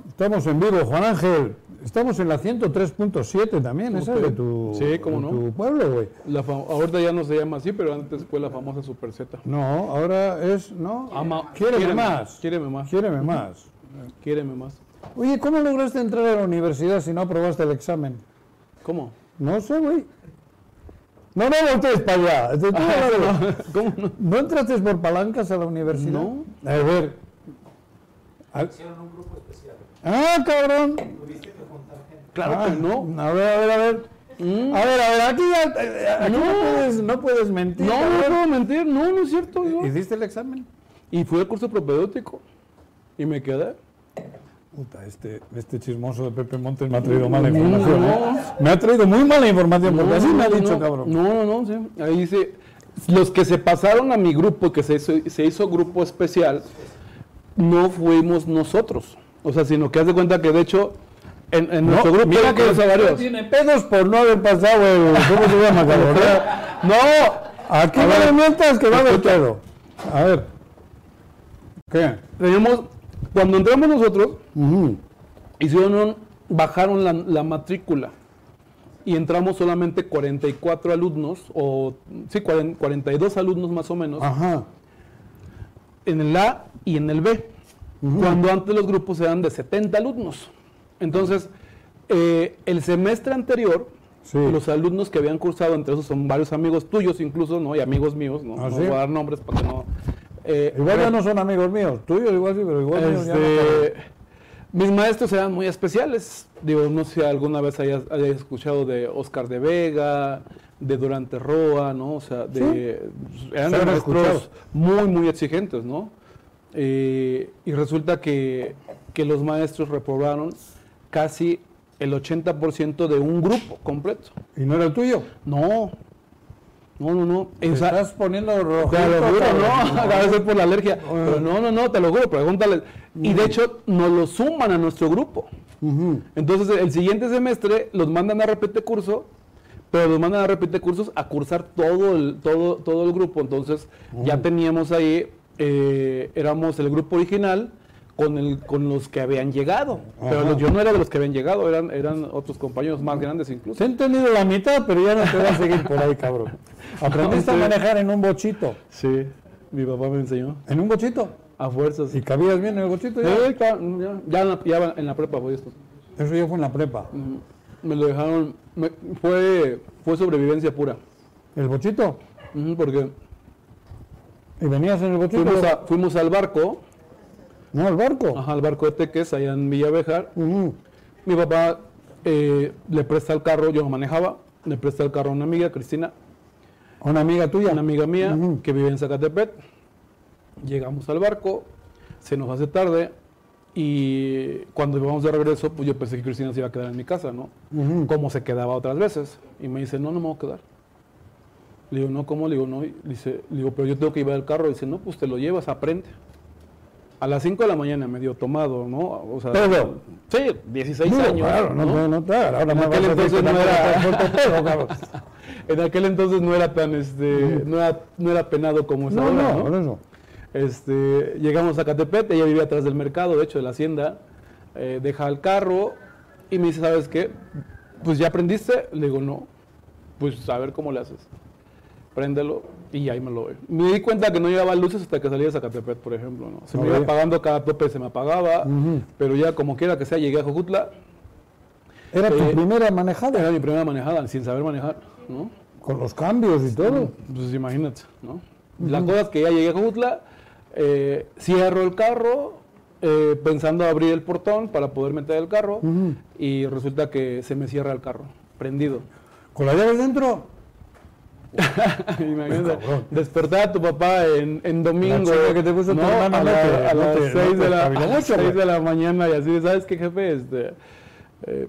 Estamos en vivo, Juan Ángel. Estamos en la 103.7 también, esa es de tu, Sí, cómo de no. tu pueblo, güey. La fam- ahorita ya no se llama así, pero antes fue la famosa Super Z. No, ahora es, ¿no? Ama- Quiéreme quiéreme, más. quiéreme más. Quiéreme más. Quiéreme más. Oye, ¿cómo lograste entrar a la universidad si no aprobaste el examen? ¿Cómo? No sé, güey. No, no, no, ustedes para allá. Tú, tú, no, no. ¿Cómo Ah, no? ¿No entraste por palancas a la universidad? No. A ver. A- Hicieron un grupo especial. Ah, cabrón. Tuviste que juntar gente. Claro Ah, que no. Mm. A ver, a ver, a ver. A ver, a ver, aquí ya. eh, aquí no. puedes, no puedes mentir. No, no a ver. puedo mentir, no, no es cierto. yo- ¿Hiciste el examen? Y fui al curso propedéutico y me quedé. Puta, este, este chismoso de Pepe Montes me ha traído mala información. ¿eh? Me ha traído muy mala información porque así me ha no, dicho, no, cabrón. No, no, no, sí. Ahí dice, los que se pasaron a mi grupo, que se hizo, se hizo grupo especial, no fuimos nosotros. O sea, sino que haz de cuenta que de hecho, en, en nuestro grupo mira que éramos varios. tiene pedos por no haber pasado el. ¿Cómo se llama, cabrón? No, Aquí A no ver. me mientas que va a haber pedo. A ver. ¿Qué? teníamos, cuando entramos nosotros, Ujú. hicieron un- bajaron la, la matrícula y entramos solamente 44 alumnos, o sí, 40 42 alumnos más o menos. Ajá. en el A y en el B, cuando antes los grupos eran de 70 alumnos. Entonces, eh, el semestre anterior, Sí. los alumnos que habían cursado, entre esos son varios amigos tuyos incluso, ¿no? Y amigos míos, ¿no? ¿Ah, no sí? voy a dar nombres para que no... eh, Igual ya no son amigos míos. Tuyos igual sí, pero igual míos ya no, cabrón. este, mis maestros eran muy especiales. Digo, no sé si alguna vez hayas, hayas escuchado de Oscar de Vega, de Durante Roa, ¿no? O sea, de, pues, eran Se han maestros escuchado. muy, muy exigentes, ¿no? Eh, y resulta que, que los maestros reprobaron casi el 80% de un grupo completo. ¿Y no era el tuyo? No, no, no, no. Te O sea, estás poniendo rojito. te lo juro, cabrón. no, a veces por la alergia. Ah. Pero no, no, no, te lo juro, pregúntale. Mm. Y de hecho, nos lo suman a nuestro grupo. Ujú. Entonces, el siguiente semestre los mandan a repetir curso, pero los mandan a repetir cursos a cursar todo el, todo, todo el grupo. Entonces, Mm. ya teníamos ahí, eh, éramos el grupo original con, el, con los que habían llegado. Pero Ajá. no- yo no era de los que habían llegado, eran, eran otros compañeros más grandes incluso. Te he entendido la mitad, pero ya no te va a seguir por ahí, cabrón. Aprendiste a No, sí. manejar en un bochito. Sí, mi papá me enseñó. ¿En un bochito? A fuerzas. ¿Y cabías bien en el bochito? ya? Eh, claro, ya, ya en la- ya en la prepa voy esto. Eso ya fue en la prepa. Mm. Me lo dejaron, me- fue, fue sobrevivencia pura. ¿El bochito? Ujú, Porque ¿Y venías en el botín? Fuimos, Ah. a- fuimos al barco, No, al barco. ajá, al barco de Teques, allá en Villavejar. Ujú. Mi papá eh, le presta el carro, yo manejaba, le presta el carro a una amiga, Cristina, ¿A Una amiga tuya. una amiga mía Ujú. que vive en Zacatepec. Llegamos al barco, se nos hace tarde y cuando íbamos de regreso, pues yo pensé que Cristina se iba a quedar en mi casa, ¿no? Ujú. Como se quedaba otras veces. Y me dice, no, no me voy a quedar. Le digo, no, ¿cómo? Le digo, no. Y Dice, le digo, pero yo tengo que llevar el carro. Dice, no, pues te lo llevas, aprende. A las 5 de la mañana, medio tomado, ¿no? O sea, Todo. Sí, 16 No, años. Claro, no, no, no, claro. Ahora En me aquel vas a decir que entonces no tampoco era- te has vuelto pedo, cabrón. En aquel entonces no era tan, este, no era, no era penado como es No, Pues ahora, no, ¿no? por eso. Este, llegamos a Catepec, ella vivía atrás del mercado, de hecho, de la hacienda. Eh, deja el carro y me dice, ¿sabes qué? Pues ya aprendiste. Le digo, no. Pues a ver cómo le haces. Préndelo y ahí me lo doy. Me di cuenta que no llevaba luces hasta que salí de Zacatepec, por ejemplo. ¿no? Se No me iba veía. apagando cada tope, se me apagaba. Ujú. Pero ya como quiera que sea, llegué a Jojutla. Era tu Eh, primera manejada, Era mi primera manejada, sin saber manejar, ¿no? con los cambios y todo. Pues imagínate, ¿no? La cosa es que ya llegué a Jojutla, eh, cierro el carro, eh, pensando abrir el portón para poder meter el carro, Ujú. y resulta que se me cierra el carro, prendido. ¿Con la llave dentro? Imagínate, cabrón. despertar a tu papá en, en domingo, chinga que te puso tu ¿no? hermana, a, no la- te- a no las te- no 6 te de, espabiló la- a las mucho, seis güey. de la mañana y así, ¿sabes qué, jefe? Este, eh,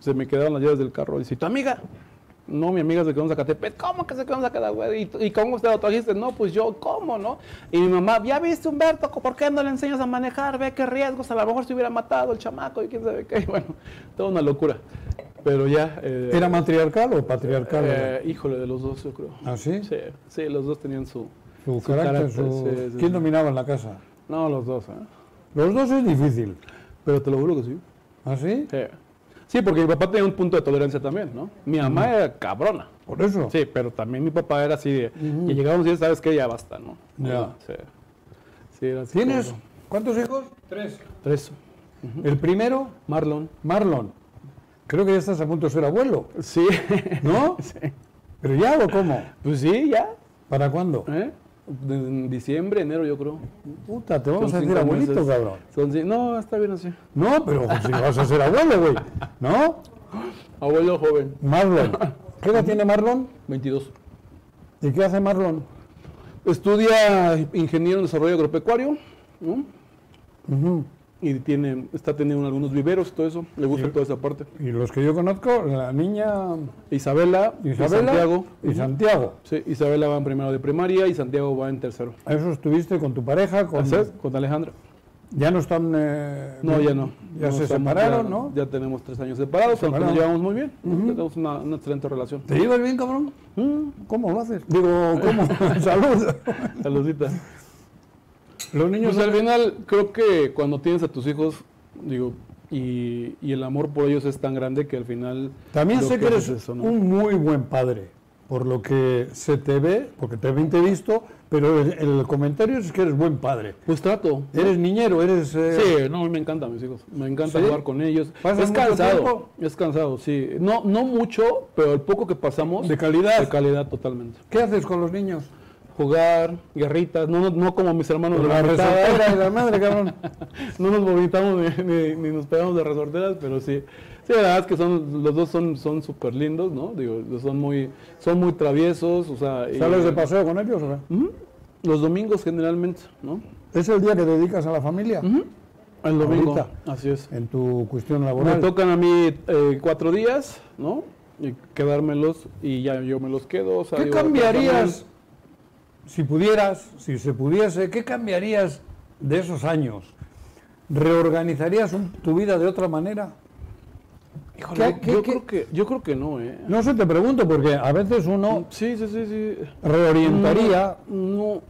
se me quedaron las llaves del carro. Dice, ¿tu amiga? No, mi amiga se quedó en Zacatepec. ¿Cómo que se quedó en Zacatepec? ¿Y, y cómo usted lo trajiste? No, pues yo, ¿cómo, no? Y mi mamá, ¿ya viste, Humberto? ¿Por qué no le enseñas a manejar? Ve qué riesgos. A lo mejor se hubiera matado el chamaco y quién sabe qué. Bueno, toda una locura. Pero ya... eh, ¿Era matriarcal o patriarcal? eh, híjole, de los dos, yo creo. ¿Ah, sí? Sí, sí, los dos tenían su. Su, su carácter, carácter, su... sí, sí, ¿Quién sí. dominaba en la casa? No, los dos, ¿eh? Los dos es difícil. Pero te lo juro que sí. ¿Ah, sí? Sí, Sí, porque mi papá tenía un punto de tolerancia también, ¿no? Mi mamá era cabrona. Por eso. Sí, pero también mi papá era así de. Y llegábamos y ya sabes que ya basta, ¿no? Ya. Sí. Sí, era así ¿Tienes como- cuántos hijos? Tres. Tres. El primero, Marlon. Marlon. Creo que ya estás a punto de ser abuelo, Sí. ¿no? ¿Pero ya o cómo? pues sí, ya. ¿Para cuándo? ¿Eh? En diciembre, enero, yo creo. Puta, te vamos Son a decir cinco abuelito, meses. cabrón. Son ci- No, está bien así. No, pero si vas a ser abuelo, güey. ¿No? Abuelo joven, Marlon. ¿Qué edad tiene Marlon? 22. ¿Y qué hace Marlon? Estudia ingeniero en desarrollo agropecuario, ¿no? Ujú. Y tiene, está teniendo algunos viveros y todo eso. Le gusta Y- toda esa parte. Y los que yo conozco, la niña Isabela, y Isabela Santiago. y Santiago. Sí, Isabela va en primero de primaria y Santiago va en tercero. Eso estuviste con tu pareja, con... Así es, Con Alejandra. Ya no están... eh, No, ya no. Ya No se estamos- separaron, ya- ¿no? Ya tenemos tres años separados, aunque nos separaron. llevamos muy bien. ¿no? Tenemos una, una excelente relación. ¿Te llevas bien, cabrón? Mm, ¿Cómo lo haces? Digo, ¿cómo? Salud. saludita. Los niños... Pues al final, creo que cuando tienes a tus hijos, digo, y, y el amor por ellos es tan grande que al final. También creo sé que haces eres eso, ¿no? un muy buen padre, por lo que se te ve, porque te te he visto, pero el, el comentario es que eres buen padre. Pues trato. ¿no? Eres niñero, eres... eh, Sí, no, me encanta mis hijos. Me encanta ¿Sí? jugar con ellos. ¿Pasas es mucho cansado. tiempo? Es cansado, sí. No, no mucho, pero el poco que pasamos. De calidad. De calidad totalmente. ¿Qué haces con los niños? Jugar, guerritas, no, no, no como mis hermanos de la La resortera. resortera de la madre, cabrón. No nos vomitamos ni, ni- ni nos pegamos de resorteras, pero sí. Sí, la verdad es que son, los dos son son súper lindos, ¿no? Digo, son muy, son muy traviesos, o sea. y- ¿Sales de paseo con ellos o qué? Ujú. Los domingos generalmente, ¿no? ¿Es el día que dedicas a la familia? El domingo. Ahorita. Así es. En tu cuestión Me laboral. tocan a mí eh, cuatro días, ¿no? Y quedármelos y ya yo me los quedo. o sea, ¿Qué digo, cambiarías si pudieras, si se pudiese, qué cambiarías de esos años? ¿Reorganizarías un- tu vida de otra manera? Híjole, ¿Qué- qué- yo, qué? Creo que, yo creo que no, ¿eh? Mm, No sé, te pregunto, porque a veces uno Sí, sí, sí, sí. Mm. reorientaría. No.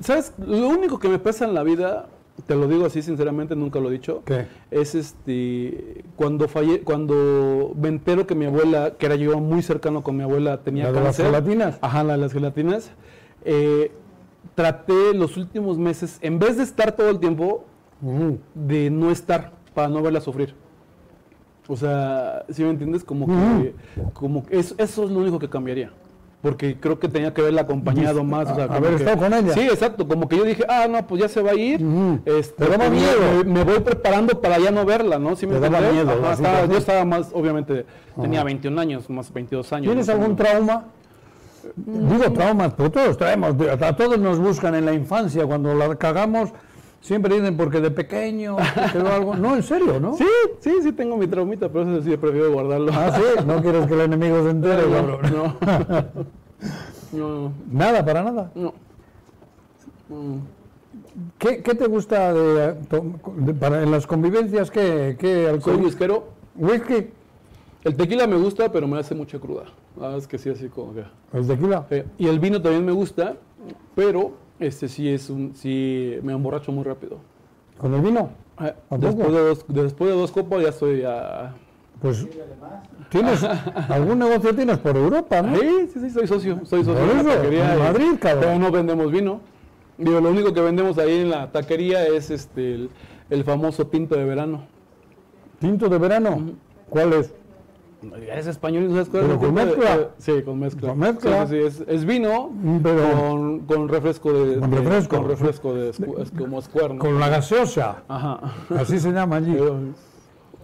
¿Sabes? Lo único que me pesa en la vida, te lo digo así sinceramente, nunca lo he dicho, ¿Qué? es este cuando falle, cuando me entero que mi abuela, que era yo muy cercano con mi abuela, tenía ¿La de las cáncer. gelatinas? Ajá, la de las gelatinas. eh, traté los últimos meses, en vez de estar todo el tiempo, Ujú. de no estar para no verla sufrir. O sea, si me entiendes, como que, como que es- eso es lo único que cambiaría. porque creo que tenía que haberla acompañado más. O Pues, a- sea, como haber que- estado con ella. Sí, exacto. Como que yo dije, ah, no, pues ya se va a ir. Ujú. este, Te daba me- miedo. Me, me voy preparando para ya no verla, ¿no? ¿Sí me Te daba entiendes? miedo, Ajá, así, estaba- ajá. yo estaba más, obviamente, tenía 21 años, más 22 años. ¿Tienes ¿no? Mm. algún trauma? Digo traumas, pero todos traemos, a todos nos buscan en la infancia, cuando la cagamos, siempre dicen porque de pequeño quedó algo. No, en serio, ¿no? Sí, sí, sí tengo mi traumita, pero eso sí prefiero guardarlo. Ah, sí, no quieres que el enemigo se entere, no, cabrón. no. No, Nada, para nada. no. Mm. ¿Qué, qué te gusta de, de- para, en las convivencias? ¿Qué, qué Soy alcohol? whiskero. Whisky, El tequila me gusta, pero me hace mucha cruda. La verdad es que sí, así como que. el tequila. Eh, y el vino también me gusta, pero este sí es un. sí me emborracho muy rápido. ¿Con el vino? Eh, poco? Después de, dos, después de dos copas ya estoy ya. Pues, ¿tienes algún negocio tienes por Europa, no? ¿Eh? Sí, sí, sí, soy socio. Soy socio Por de eso, la taquería. en y- Madrid, cabrón. Pero no vendemos vino. Digo, lo único que vendemos ahí en la taquería es este el, el famoso tinto de verano. ¿Tinto de verano? Mm. ¿Cuál es? Es español, ¿no ¿sabes cuál es? Pero el con tinto de- mezcla. eh, sí, con mezcla. Con mezcla. Sí, sí, sí, es, es vino Mm, pero- con, con refresco de. Con de- refresco. con refresco de, escu- es como escuerno. Con la gaseosa, Ajá. así se llama allí. Pero-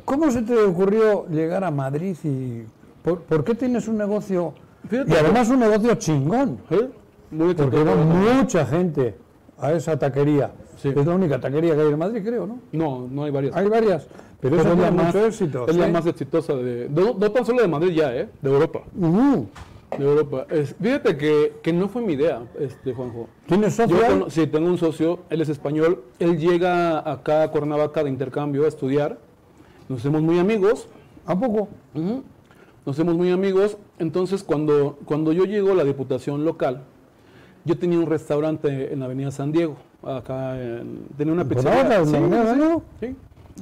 ¿Cómo se te ocurrió llegar a Madrid y por, por qué tienes un negocio? Fíjate y que- además un negocio chingón, ¿Eh? Muy porque exitoso. va mucha gente a esa taquería. Sí. Es la única taquería que hay en Madrid, creo, ¿no? No, no hay varias. Hay varias, pero, esa es la tiene más, mucho éxito. es la ¿sí? más exitosa de. No, no tan solo de Madrid ya, ¿eh? De Europa. Ujú. De Europa. Es- fíjate que, que no fue mi idea, este, Juanjo. ¿Tienes socio? Yo ahí? cono- sí, tengo un socio, él es español, él llega acá a Cuernavaca de intercambio a estudiar, nos hacemos muy amigos, ¿A poco? ujú, nos hacemos muy amigos, entonces cuando, cuando yo llego a la diputación local, yo tenía un restaurante en la avenida San Diego, acá en- tenía una ¿Por ahora? pizzería. ¿En Sí, la Avenida sí, Daniel? sí.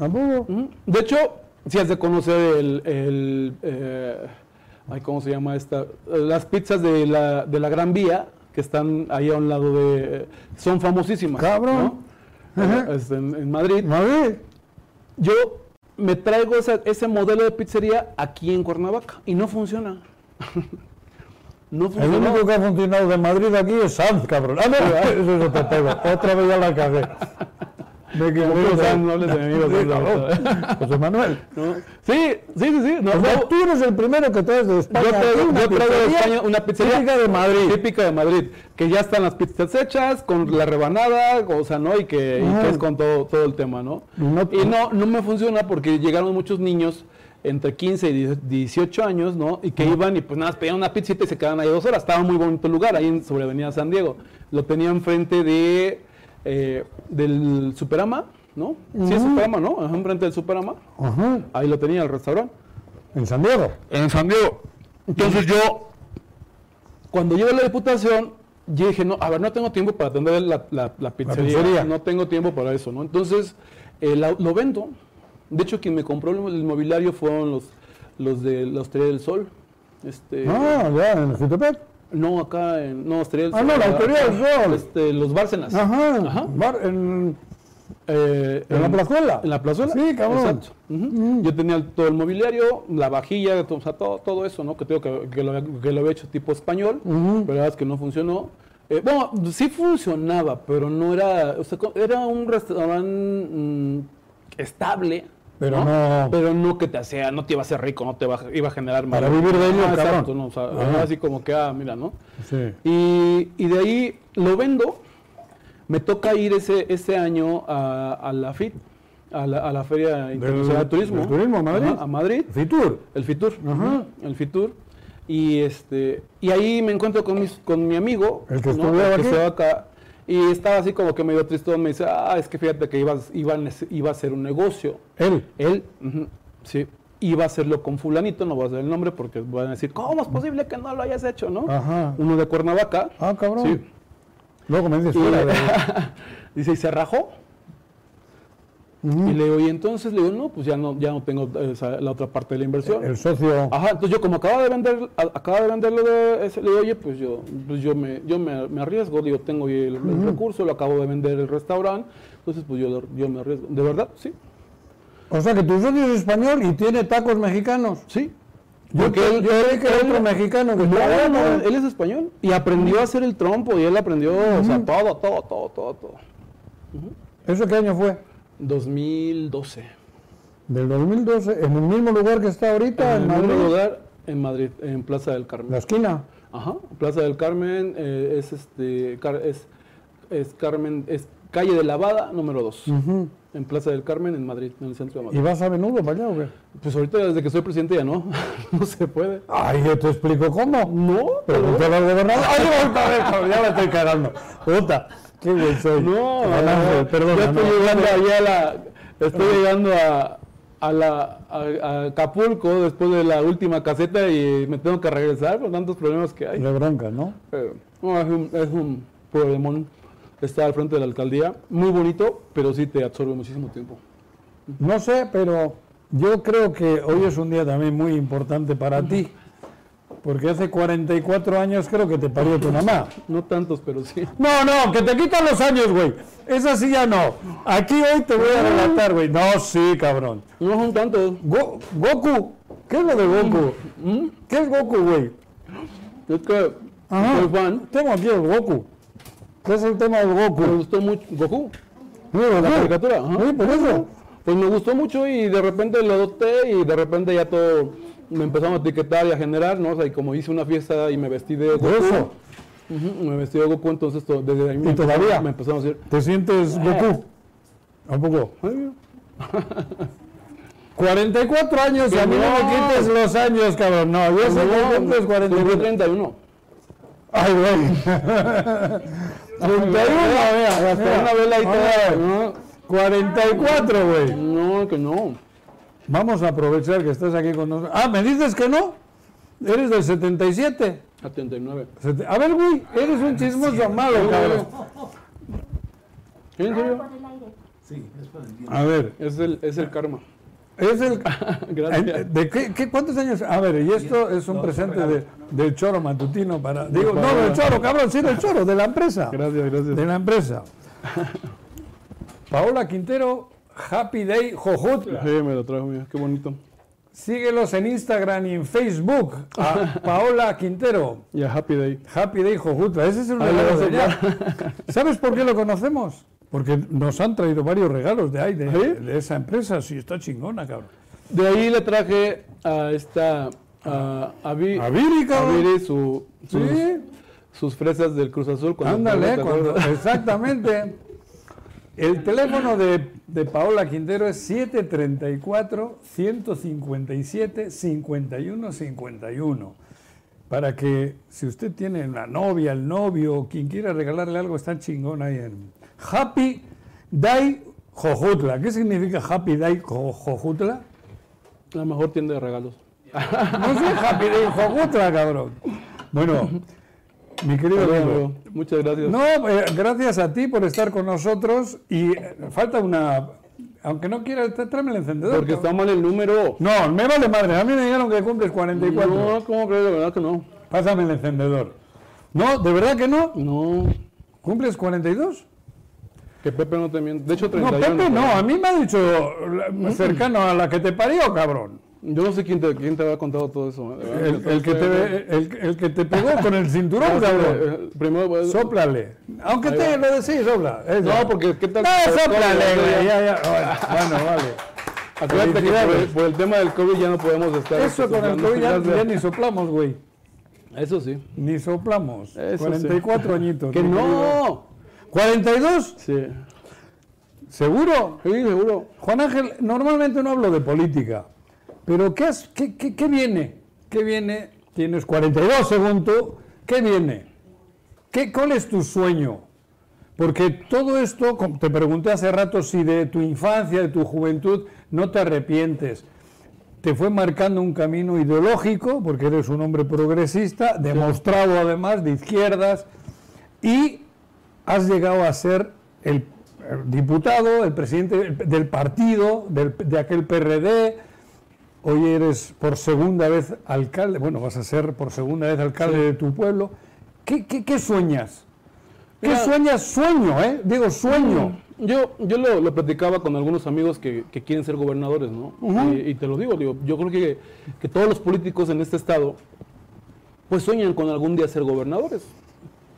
¿A poco? Ujú. De hecho, si has de conocer el, el, eh, ay, ¿cómo se llama esta? Eh, Las pizzas de la, de la Gran Vía, que están ahí a un lado de, son famosísimas. Cabrón. ¿no? Ajá. Es en, en Madrid. ¿Madrid? Yo me traigo esa- ese modelo de pizzería aquí en Cuernavaca y no funciona. no El funciona. único que ha funcionado de Madrid aquí es Sanz, cabrón. Ah, no, eso es otro tema. Otra vez ya la cagué. Me Amigos, de- no hables de amigos, Sí, no hables de- cabrón. José Manuel. ¿no? Sí, sí, sí, sí. No, O sea, no, ¿eh? tú eres el primero que traes de España. Yo traigo, aquí una yo traigo de pizzería España una pizzería típica de Madrid. típica de Madrid, que ya están las pizzas hechas, con la rebanada, o sea, ¿no? Y que, y que es con todo, todo el tema, ¿no? Y no- Y no, no me funciona porque llegaron muchos niños entre 15 y 18 años, ¿no? Y que iban y pues nada, pedían una pizzita y se quedaban ahí dos horas. Estaba muy bonito el lugar, ahí en sobre Avenida San Diego. Lo tenían frente de, eh, del Superama, ¿no? Sí, es Superama, ¿no? Ajá, enfrente del Superama. Ajá, Ahí lo tenía el restaurante. En San Diego. En San Diego. Entonces yo, cuando llego a la diputación, yo dije, no, a ver, no tengo tiempo para atender la, la- la pizzería. pizzería. No tengo tiempo para eso, ¿no? Entonces, eh, la- lo vendo. De hecho, quien me compró el, el mobiliario fueron los, los de la Hostelería del Sol. Este, Ah, ya, en Jutepec. No, acá en... No, Hostelería del Ah, Sol. no, la acá- Hostelería del Sol. Este, los Bárcenas. Ajá. Ajá. Bar, en, Eh, en la plazuela. ¿En la plazuela? Sí, cabrón. Mm. Exacto. Ujú. Yo tenía el- todo el mobiliario, la vajilla, to- o sea, todo, todo eso, ¿no? Que, tengo que, que lo, había- que lo había hecho tipo español, pero la verdad es que no funcionó. Eh, bueno, sí funcionaba, pero no era, o sea, co- era un restaurante mm, estable. Pero no- Pero no que te hacía, no te iba a hacer rico, no te iba, a- iba a generar Para vivir de ello, Ah, cabrón. exacto, ¿no? O sea, Ajá. así como que, ah, mira, ¿no? Sí. Y, y de ahí lo vendo. Me toca ir ese, ese año a, a la FIT, a la, a la Feria Internacional de Turismo. del turismo, a Madrid. Ajá, a Madrid, Fitur. el FITUR. El FITUR. Y, este, y ahí me encuentro con, mis- con mi amigo. El que estudiaba El que aquí. estudiaba acá. Y estaba así como que medio tristón. Me dice, ah, es que fíjate que ibas- iba, a nece- iba a ser un negocio. Él. Él, ujú, sí, iba a hacerlo con fulanito, no voy a hacer el nombre porque van a decir, ¿cómo es posible que no lo hayas hecho, no? Ajá. Uno de Cuernavaca. Ah, cabrón. Sí. Luego me dices Y- fuera de... dice, ¿y se rajó? Y le digo, y entonces le digo, no, pues ya no, ya no tengo eh, esa- la otra parte de la inversión. El socio. Ajá, entonces yo como acaba de vender, a- acaba de venderlo de ese, le digo, oye, pues yo, pues yo me, yo me, me arriesgo, digo, tengo el, el recurso, lo acabo de vender el restaurante, entonces pues yo, yo me arriesgo. De verdad, sí, O sea que tu socio es español y tiene tacos mexicanos. sí. Yo, Porque él- yo creí que era otro mexicano que estaba No, hablando. no, él es español. Y aprendió a hacer el trompo y él aprendió, o sea, todo, todo, todo, todo, todo. ¿Eso qué año fue? 2012. Del 2012, en el mismo lugar que está ahorita, en, En Madrid, primer lugar, en Madrid, en Plaza del Carmen. la esquina. Ajá, Plaza del Carmen eh, es este car- es, es Carmen es calle de Lavada número 2. Ujú. En Plaza del Carmen en Madrid, en el centro de ¿Y Madrid. vas a menudo para allá o qué? Pues ahorita desde que soy presidente ya no, no se puede. Ay, yo te explico cómo. No, pero Pregunté al gobernador. Ay, otra vez, cabrón, ya la estoy cagando. Puta, qué güey soy. no, ah, eh, Perdón, perdón. ya estoy llegando allá a la estoy llegando a a la a- a Acapulco después de la última caseta y me tengo que regresar por tantos problemas que hay. De bronca, ¿no? Eh, no, es, un, es un problemón estar al frente de la alcaldía. Muy bonito, pero sí te absorbe muchísimo tiempo. No sé, pero yo creo que hoy es un día también muy importante para ti. Porque hace 44 años creo que te parió tu mamá. No tantos, pero sí. No, no, que te quitan los años, güey. Esa sí ya no. Aquí hoy te voy a relatar, güey. No, sí, cabrón. No son tantos. Go- Goku. ¿Qué es lo de Goku? ¿Qué es Goku, güey? Es que Ajá. soy fan. Tengo aquí el Goku. ¿Qué es el tema del Me Goku? gustó mucho Goku. Mira, La Goku. caricatura. ajá. Sí, por eso. Pues me gustó mucho y de repente lo adopté y de repente ya todo me empezaron a etiquetar y a generar, ¿no? O sea, y como hice una fiesta y me vestí de Goku. Por eso. Ujú, me vestí de Goku, entonces to- desde ahí me, todavía? me empezaron a decir. ¿Te sientes Goku? ¿A poco? "Ay, mira". 44 años y a mí no No. me quites los años, cabrón. No, yo sé que No, cumples 44. 31. Ay, güey. 31, vea. Hasta una vela y Ahora, todo. ¿no? 44, güey. Ah, No, que no. Vamos a aprovechar que estás aquí con nosotros. Ah, ¿me dices que no? Eres del 77. A 39. Sete- A ver, güey, eres un chismoso malo, cabrón. ¿Sí, ¿En serio? Sí, es por el bien. A ver, Es el, es el karma. Ah, es el... Gracias. ¿De qué, qué- ¿Cuántos años? A ver, y esto es un presente de, del choro matutino para... Digo, no, del choro, cabrón, sí, del choro, de la empresa. Gracias, de gracias. la empresa. Paola Quintero, Happy Day Jojutla. Sí, me lo trajo, mira, qué bonito. Síguelos en Instagram y en Facebook. A Paola Quintero, Y a Happy Day. Happy Day Jojutla. Ese es un Ahí lo regalo de vas a ella. ¿Sabes por qué lo conocemos? Porque nos han traído varios regalos de ahí, de, ¿Ah, ¿Sí? de esa empresa. Sí, está chingona, cabrón. De ahí le traje a esta, a, a, Vi- A Viri, a cabrón. Viri pues. su, sus, Sí. sus fresas del Cruz Azul. cuando- Ándale, ¿te cuando- acuerdas? exactamente. El teléfono de, de Paola Quintero es 734-157-5151. Para que, si usted tiene una novia, el novio, quien quiera regalarle algo, está chingón ahí en Happy Day Jojutla. ¿Qué significa Happy Day Jo- Jojutla? La mejor tienda de regalos. No sé, Happy Day Jojutla, cabrón. Bueno, mi querido Perdón, amigo. amigo. Muchas gracias. No, eh, gracias a ti por estar con nosotros y eh, falta una... Aunque no quiera, tra- tráeme el encendedor. Porque está cabrón. mal el número. No, me vale madre. A mí me dijeron que cumples 44. No, ¿cómo crees? La verdad que no. Pásame el encendedor. No, ¿de verdad que no? No. ¿Cumples 42? Que Pepe no te miente. De hecho, No, 31. Pepe, pero- no. A mí me ha dicho la- cercano a la que te parió, cabrón. Yo no sé quién te, quién te había contado todo eso. ¿eh? De verdad, El, el que te, ve- el, el que te pegó con el cinturón, cabrón. Eh, Primero, pues, Sóplale. Aunque Ahí te va. lo decís, sopla. Eso. No, porque ¿qué tal? No, Por el sóplale, COVID, güey. ya- Ya, ya. Bueno, vale. Acuérdate que por el, Felicidades. por el tema del COVID ya no podemos estar. Eso con el soplando. COVID ya, ya Gracias. ni soplamos, güey. Eso sí. Ni soplamos. Eso sí. 44 añitos. ¡Que mi querido. no! ¿42? Sí. ¿Seguro? Sí, seguro. Juan Ángel, normalmente no hablo de política, pero ¿qué, has- qué, qué- qué viene? ¿Qué viene? Tienes 42 según tú, ¿qué viene? ¿Qué, ¿Cuál es tu sueño? Porque todo esto, como te pregunté hace rato si de tu infancia, de tu juventud, no te arrepientes. Te fue marcando un camino ideológico, porque eres un hombre progresista, demostrado además de izquierdas, y has llegado a ser el, eh, diputado, el presidente del- del partido, del- de aquel PRD. Hoy eres por segunda vez alcalde, bueno, vas a ser por segunda vez alcalde de tu pueblo. ¿Qué, qué- qué sueñas? ¿Qué Mira- Mm. sueñas? Sueño, ¿eh? Digo, sueño. Yo, yo lo, lo platicaba con algunos amigos que, que quieren ser gobernadores, ¿no? Ujú. y, y te lo digo, digo, yo creo que, que todos los políticos en este estado, pues sueñan con algún día ser gobernadores.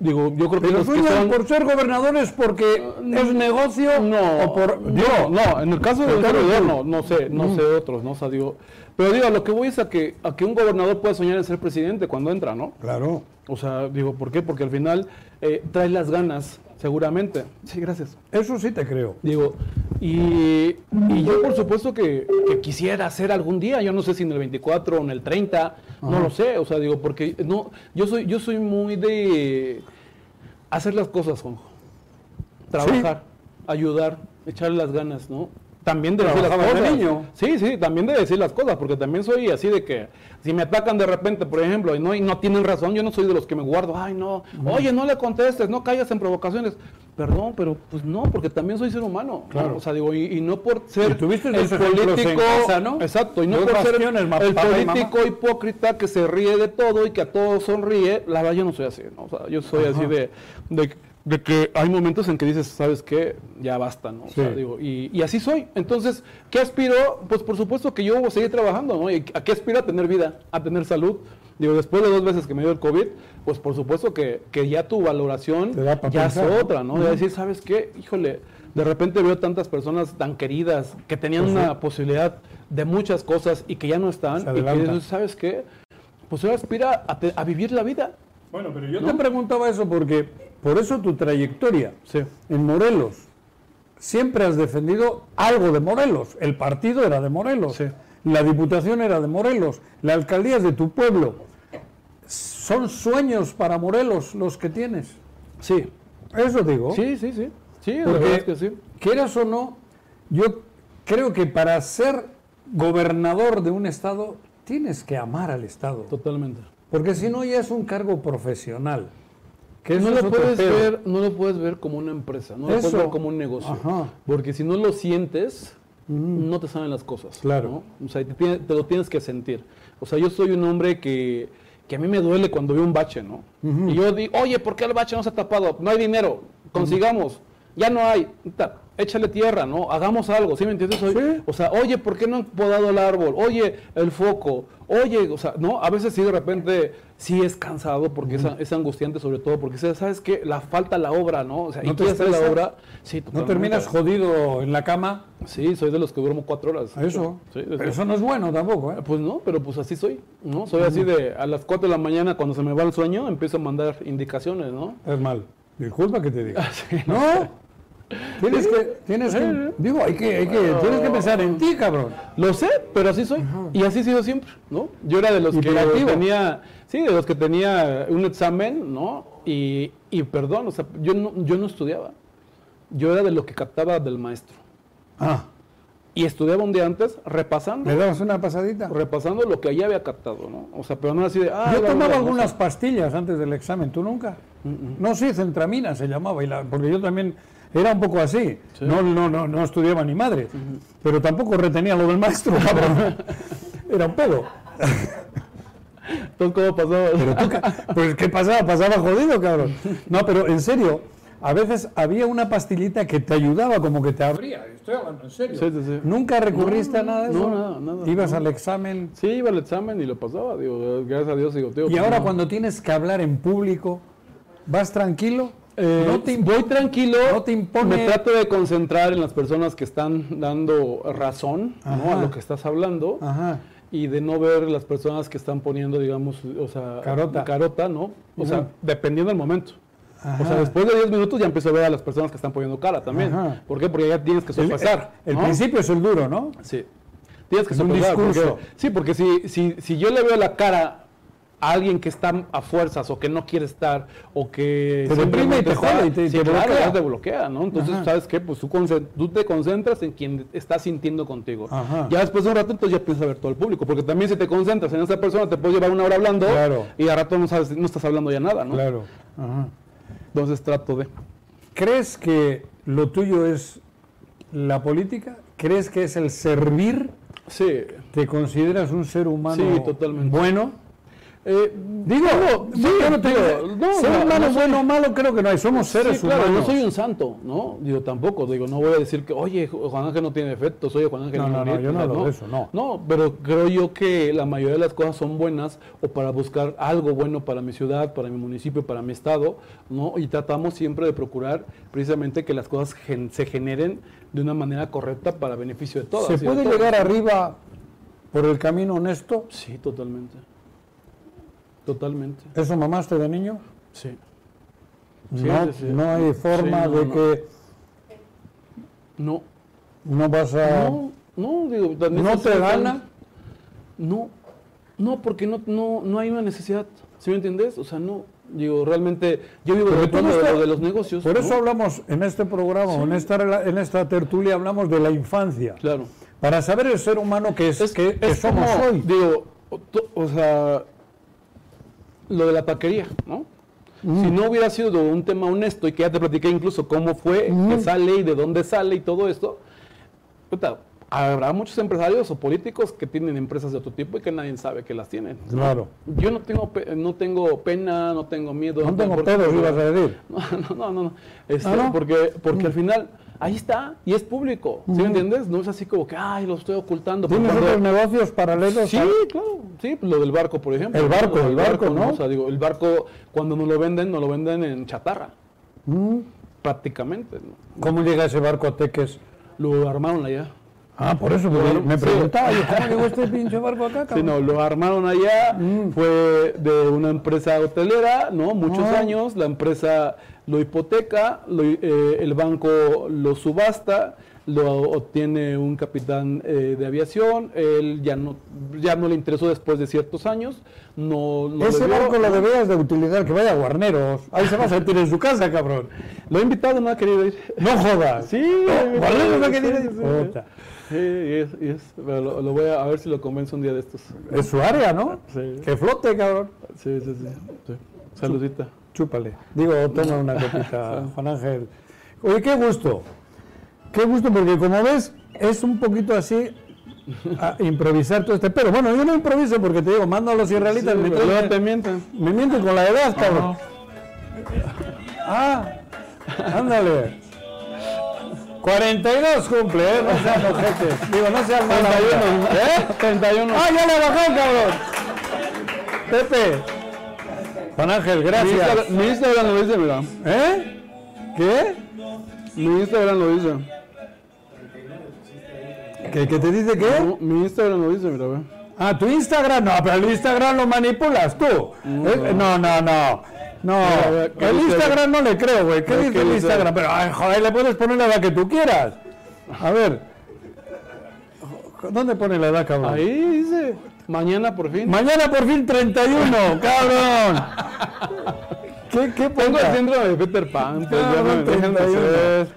Digo, yo creo que Pero los que sueñan son- por ser gobernadores porque es negocio no, o por no, no, en el caso de Pero claro, gobernador tú. no, no sé, no Mm. sé otros, no sé, digo, pero digo, a lo que voy es a que, a que un gobernador pueda soñar en ser presidente cuando entra, ¿no? Claro. O sea, digo, ¿por qué? Porque al final eh, traes las ganas, seguramente. Sí, gracias. Eso sí te creo. Digo, y, y yo por supuesto que, que quisiera hacer algún día, yo no sé si en el 24 o en el 30, no lo sé, o sea, digo, porque no, yo soy, yo soy muy de hacer las cosas, Juanjo. Trabajar, ayudar, echarle las ganas, ¿no? También de decir las Trabajabas de cosas. niño. Sí, sí, también de decir las cosas, porque también soy así de que si me atacan de repente, por ejemplo, y no, y no tienen razón, yo no soy de los que me guardo, ay no, oye, no le contestes, no caigas en provocaciones. Perdón, pero pues no, porque también soy ser humano. Claro. O sea, digo, y, y no por ser Y tuviste esos ejemplos en casa, ¿no? Exacto, y no Dos por ser bastiones, el ma- papá y mamá. político hipócrita que se ríe de todo y que a todos sonríe. La verdad, yo no soy así, ¿no? O sea, yo soy así de, de, de que hay momentos en que dices, ¿sabes qué? Ya basta, ¿no? O sea, Sí. digo, y, y así soy. Entonces, ¿qué aspiro? Pues por supuesto que yo voy a seguir trabajando, ¿no? ¿Y ¿A qué aspiro? A tener vida, a tener salud. Digo, después de dos veces que me dio el COVID, pues por supuesto que, que ya tu valoración Te da pa' ya es pensar, ¿no? otra, ¿no? De decir, ¿sabes qué? Híjole, de repente veo tantas personas tan queridas que tenían una posibilidad de muchas cosas y que ya no están. Se y que adelanta. dices, ¿sabes qué? Pues yo aspira a, te- a vivir la vida. Bueno, pero yo te preguntaba eso porque por eso tu trayectoria Sí. en Morelos siempre has defendido algo de Morelos. El partido era de Morelos, Sí. la diputación era de Morelos, la alcaldía es de tu pueblo. Son sueños para Morelos los que tienes. Sí. Eso digo. Sí, sí, sí. Sí, la Porque, verdad es que sí. quieras o no, yo creo que para ser gobernador de un estado tienes que amar al estado. Totalmente. Porque si no ya es un cargo profesional. Que eso no es lo otro puedes pedo. ver, no lo puedes ver como una empresa, no lo Eso. puedes ver como un negocio, Ajá. Mm. porque si no lo sientes no te salen las cosas, Claro. ¿no? O sea, te, tiene- te lo tienes que sentir. O sea, yo soy un hombre que, que a mí me duele cuando veo un bache, ¿no? Y yo digo, "Oye, ¿por qué el bache no se ha tapado? No hay dinero, consigamos." Ya no hay, Puta, échale tierra, ¿no? Hagamos algo, ¿sí me entiendes? Soy- Sí. O sea, oye, ¿por qué no han podado el árbol? Oye, el foco. Oye, o sea, no, a veces sí de repente sí es cansado porque es, es angustiante sobre todo porque sabes que la falta la obra, ¿no? O sea, ¿No y te quieres hacer la estresa? obra, sí, No totalmente. terminas jodido en la cama. Sí, soy de los que duermo cuatro horas. de Eso. hecho. Sí, de- Pero eso no es bueno tampoco. ¿eh? Pues no, pero pues así soy, ¿no? Soy así de a las 4 de la mañana cuando se me va el sueño empiezo a mandar indicaciones, ¿no? Es mal. Disculpa que te diga. Ah, Sí. No. Tienes que, tienes que, digo, hay que, hay que, tienes que pensar en ti, cabrón. Lo sé, pero así soy. Y así he sido siempre, ¿no? Yo era de los que Hiperactivo. tenía, sí, de los que tenía un examen, ¿no? Y, y perdón, o sea, yo no, yo no estudiaba. Yo era de los que captaba del maestro. Ah, Y estudiaba un día antes repasando, ¿le dabas una pasadita? repasando lo que ya había captado, ¿no? O sea, pero no así de, ah, Yo la tomaba verdad, no algunas pastillas antes del examen, ¿tú nunca? No, sí, centramina se llamaba, y la- porque yo también era un poco así. No, no, no, no estudiaba ni madre, pero tampoco retenía lo del maestro, cabrón. Era un pedo. sé. Entonces, ¿cómo pasaba? Pero tú, ca- pues, ¿qué pasaba? Pasaba jodido, cabrón. No, pero en serio, a veces había una pastillita que te ayudaba, como que te abría. Estoy hablando en serio. Sí, sí, sí. ¿Nunca recurriste a nada de eso? no, nada, nada, Ibas al examen. Sí, iba al examen y lo pasaba, digo, eh, gracias a Dios, digo, tío. Y ahora no. cuando tienes que hablar en público, ¿vas tranquilo? Eh, no te voy tranquilo, no te impone- me trato de concentrar en las personas que están dando razón ¿no? Ajá. a lo que estás hablando Ajá. y de no ver las personas que están poniendo, digamos, o sea, Carota. carota ¿no? O sea, dependiendo del momento. O sea, Ajá. después de 10 minutos ya empiezo a ver a las personas que están poniendo cara también. Ajá. ¿Por qué? Porque ya tienes que El, sopesar. el ¿no? principio es el duro, ¿no? Sí. Tienes que Es un sopesar. porque- discurso. sí, porque si, si, si yo le veo la cara a alguien que está a fuerzas o que no quiere estar o que Te deprime y te simplemente está- jode y te- sí, te claro, bloquea. ya te bloquea, ¿no? Entonces, Ajá. ¿sabes qué? Pues tú, concen- tú te concentras en quien está sintiendo contigo. Ajá. Ya después de un rato, entonces ya empiezas a ver todo el público, porque también si te concentras en esa persona, te puedes llevar una hora hablando Claro. y al rato no, sabes, no estás hablando ya nada, ¿no? Claro. Ajá. Entonces trato de... ¿Crees que lo tuyo es la política? ¿Crees que es el servir? Sí, ¿Te consideras un ser humano Sí, totalmente. bueno? Eh, digo, sí, yo no te digo, no, ser no, humano no soy- bueno o malo creo que no hay, somos seres Sí, claro, humanos. no soy un santo, ¿no? Digo, tampoco, digo, no voy a decir que, oye, Juan Ángel no tiene defectos, oye, Juan Ángel No, es no, no, bonito", yo no o sea, hablo de eso, no. No, pero creo yo que la mayoría de las cosas son buenas o para buscar algo bueno para mi ciudad, para mi municipio, para mi estado, ¿no? Y tratamos siempre de procurar precisamente que las cosas gen- se generen de una manera correcta para beneficio de todos. ¿Se puede llegar arriba por el camino honesto? Sí, totalmente. Totalmente. ¿Eso mamaste de niño? Sí. Sí, No, sí, sí. no hay forma Sí, no, de no. que No. no vas a... No, no, digo, también Ah. ¿No se te sienten- gana? No, no, porque no, no, no hay una necesidad, ¿sí me entiendes? O sea, no, digo, realmente, yo vivo Pero del tú no mundo de, estás- lo de los negocios. Por ¿no? eso hablamos en este programa, en, esta, rela- en esta tertulia, hablamos de la infancia. Claro. Para saber el ser humano que, es, que, que es somos como, hoy. Digo, o, to- o sea, lo de la taquería, ¿no? Mm. Si no hubiera sido un tema honesto y que ya te platiqué incluso cómo fue, Mm. que sale y de dónde sale y todo esto, puta, habrá muchos empresarios o políticos que tienen empresas de otro tipo y que nadie sabe que las tienen. ¿no? Claro. Yo no tengo, pe- no tengo pena, no tengo miedo. No tengo por- pedos, ibas a decir. no, no, no, no. no. Este, ¿Ah, no? Porque, porque al final, ahí está, y es público. ¿Sí Mm. me entiendes? No es así como que, ay, lo estoy ocultando. pero ¿Tienes cuando- otros negocios paralelos? Sí, al- claro. Sí, pues, lo del barco, por ejemplo. El barco, Lo del el barco, ¿no? O sea, digo, el barco, cuando nos lo venden, nos lo venden en chatarra, Mm. prácticamente. ¿no? ¿Cómo llega ese barco a Teques? Lo armaron allá. Ah, por eso, porque Claro, me sí. preguntaba, yo, ¿cómo llegó este pinche barco acá? Sí, cabrón? no, lo armaron allá, Mm. fue de una empresa hotelera, ¿no? Muchos Ah. años, la empresa lo hipoteca, lo hi- eh, el banco lo subasta, lo obtiene un capitán eh, de aviación, él ya no, ya no le interesó después de ciertos años, no lo Ese debió, barco lo ¿no? debías de utilidad, que vaya a guarneros. Ahí se va a sentir en su casa, cabrón. Lo he invitado, no ha querido ir. No jodas. Sí, guarneros Oh, no ha querido sí, ir. sí, sí. Puta. Sí, y es- y es- pero lo, lo voy a, a ver si lo convenzo un día de estos. Es su área, ¿no? Sí. Que flote, cabrón. Sí, sí, sí. sí. Saludita. Chúpale. Digo, toma una copita, Juan Ángel. Oye, qué gusto. Qué gusto, porque como ves, es un poquito así a improvisar todo este. Pero bueno, yo no improviso porque te digo, mando a los israelitas. Sí, me, pero luego traen- te mienten. me mienten con la edad, cabrón. Ah, ándale. 42 cumple, ¿eh? No seas ojete. Digo, no seas mala onda. ¿Eh? 31. ¡Ah, ya le bajó, cabrón! Pepe. Juan Ángel, Mi gracias. Instagram, mi Instagram lo dice, mira. ¿Eh? ¿Qué? Mi Instagram lo dice. ¿Que, que te dice qué? No, Mi Instagram lo dice, mira, ve. Ah, tu Instagram, no, pero el Instagram lo manipulas tú. Eh, No, no, no. No, Mira, mira, ¿qué el dice? Instagram no le creo, güey. ¿Qué Mira, dice ¿qué el dice? Instagram? Pero, ay, joder, le puedes poner la edad que tú quieras. A ver. ¿Dónde pone la edad, cabrón? Ahí dice. Mañana por fin. Mañana por fin 31, cabrón. ¿Qué, qué Tengo poca? el síndrome de Peter Pan. Pues ya Cabrón, me dejan 32.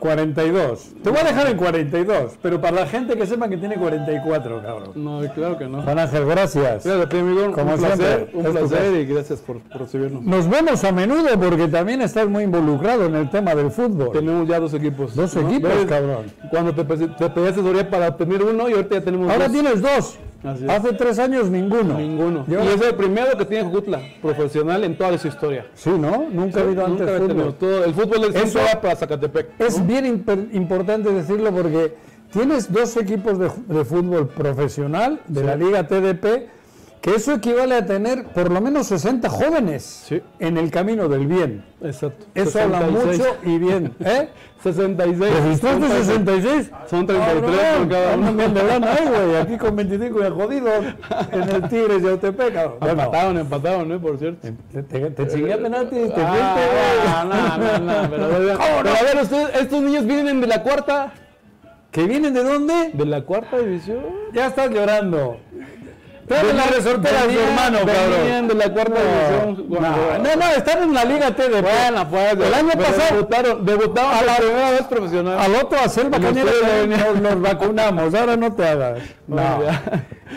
42. Te voy a dejar en 42, pero para la gente que sepa que tiene 44, cabrón. No, claro que no. Juan Ángel, gracias. Gracias a ti, amigo. Como un placer, siempre, un es tu placer y gracias por, por recibirnos. Nos vemos a menudo porque también estás muy involucrado en el tema del fútbol. Tenemos ya dos equipos. Dos ¿no? equipos, ¿Ves? Pues cabrón. Cuando te, pe- te pedías asesoría para obtener uno y ahorita ya tenemos Ahora dos. tienes dos. Así es. Hace tres años ninguno. Ninguno. Yo- Y es el primero que tiene Jujutla, profesional en toda su historia. Sí, ¿no? Nunca ha habido Nunca antes había fútbol. tenido todo. El fútbol del Eso- centro era para Zacatepec. Es bien imper- importante decirlo porque tienes dos equipos de, ju- de fútbol profesional de la Liga TDP, que eso equivale a tener por lo menos 60 jóvenes Sí. en el camino del bien. Exacto. Eso habla 66. mucho y bien. ¿Eh? 66. ¿Registraste Ah, 66? Son 33 por cada uno. Andan bien de lana, eh, güey. Aquí con 25 de jodidos en el Tigres de Autepec. cabrón. Ah, Bueno, Empataron, empataron, ¿eh? Por cierto. te, te- te chingué a penaltis, te fuiste, Ah, güey. no, no, no, pero, a ver, pero a ver, ustedes, estos niños vienen de la cuarta. ¿Que vienen de dónde? ¿De la cuarta división? Ya estás llorando. Trae la resortera de tu Venían- hermano, Venían cabrón. de la cuarta división. No, no, no, no, están en la Liga TDP. Bueno, pues. El año pero pasado- Debutaron, debutaron por primera vez profesional. Al otro a Selva Como Cañera ustedes también venían. nos, nos vacunamos, ahora no te hagas. No. ya.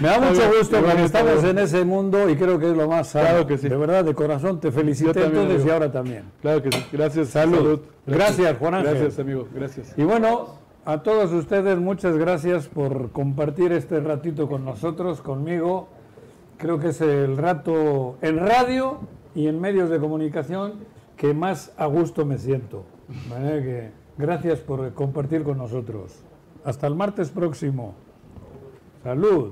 Me da Está mucho bien, gusto está porque bien, está estamos bien. en ese mundo y creo que es lo más sano. Claro que sí. De verdad, de corazón te felicito Yo también, entonces y amigo. ahora también. Claro que sí. Gracias. Salud. Gracias, Juan Ángel. Gracias, amigo. Gracias. Y bueno, a todos ustedes muchas gracias por compartir este ratito con nosotros, conmigo. creo que es el rato en radio y en medios de comunicación que más a gusto me siento. De manera que gracias por compartir con nosotros. Hasta el martes próximo. Salud.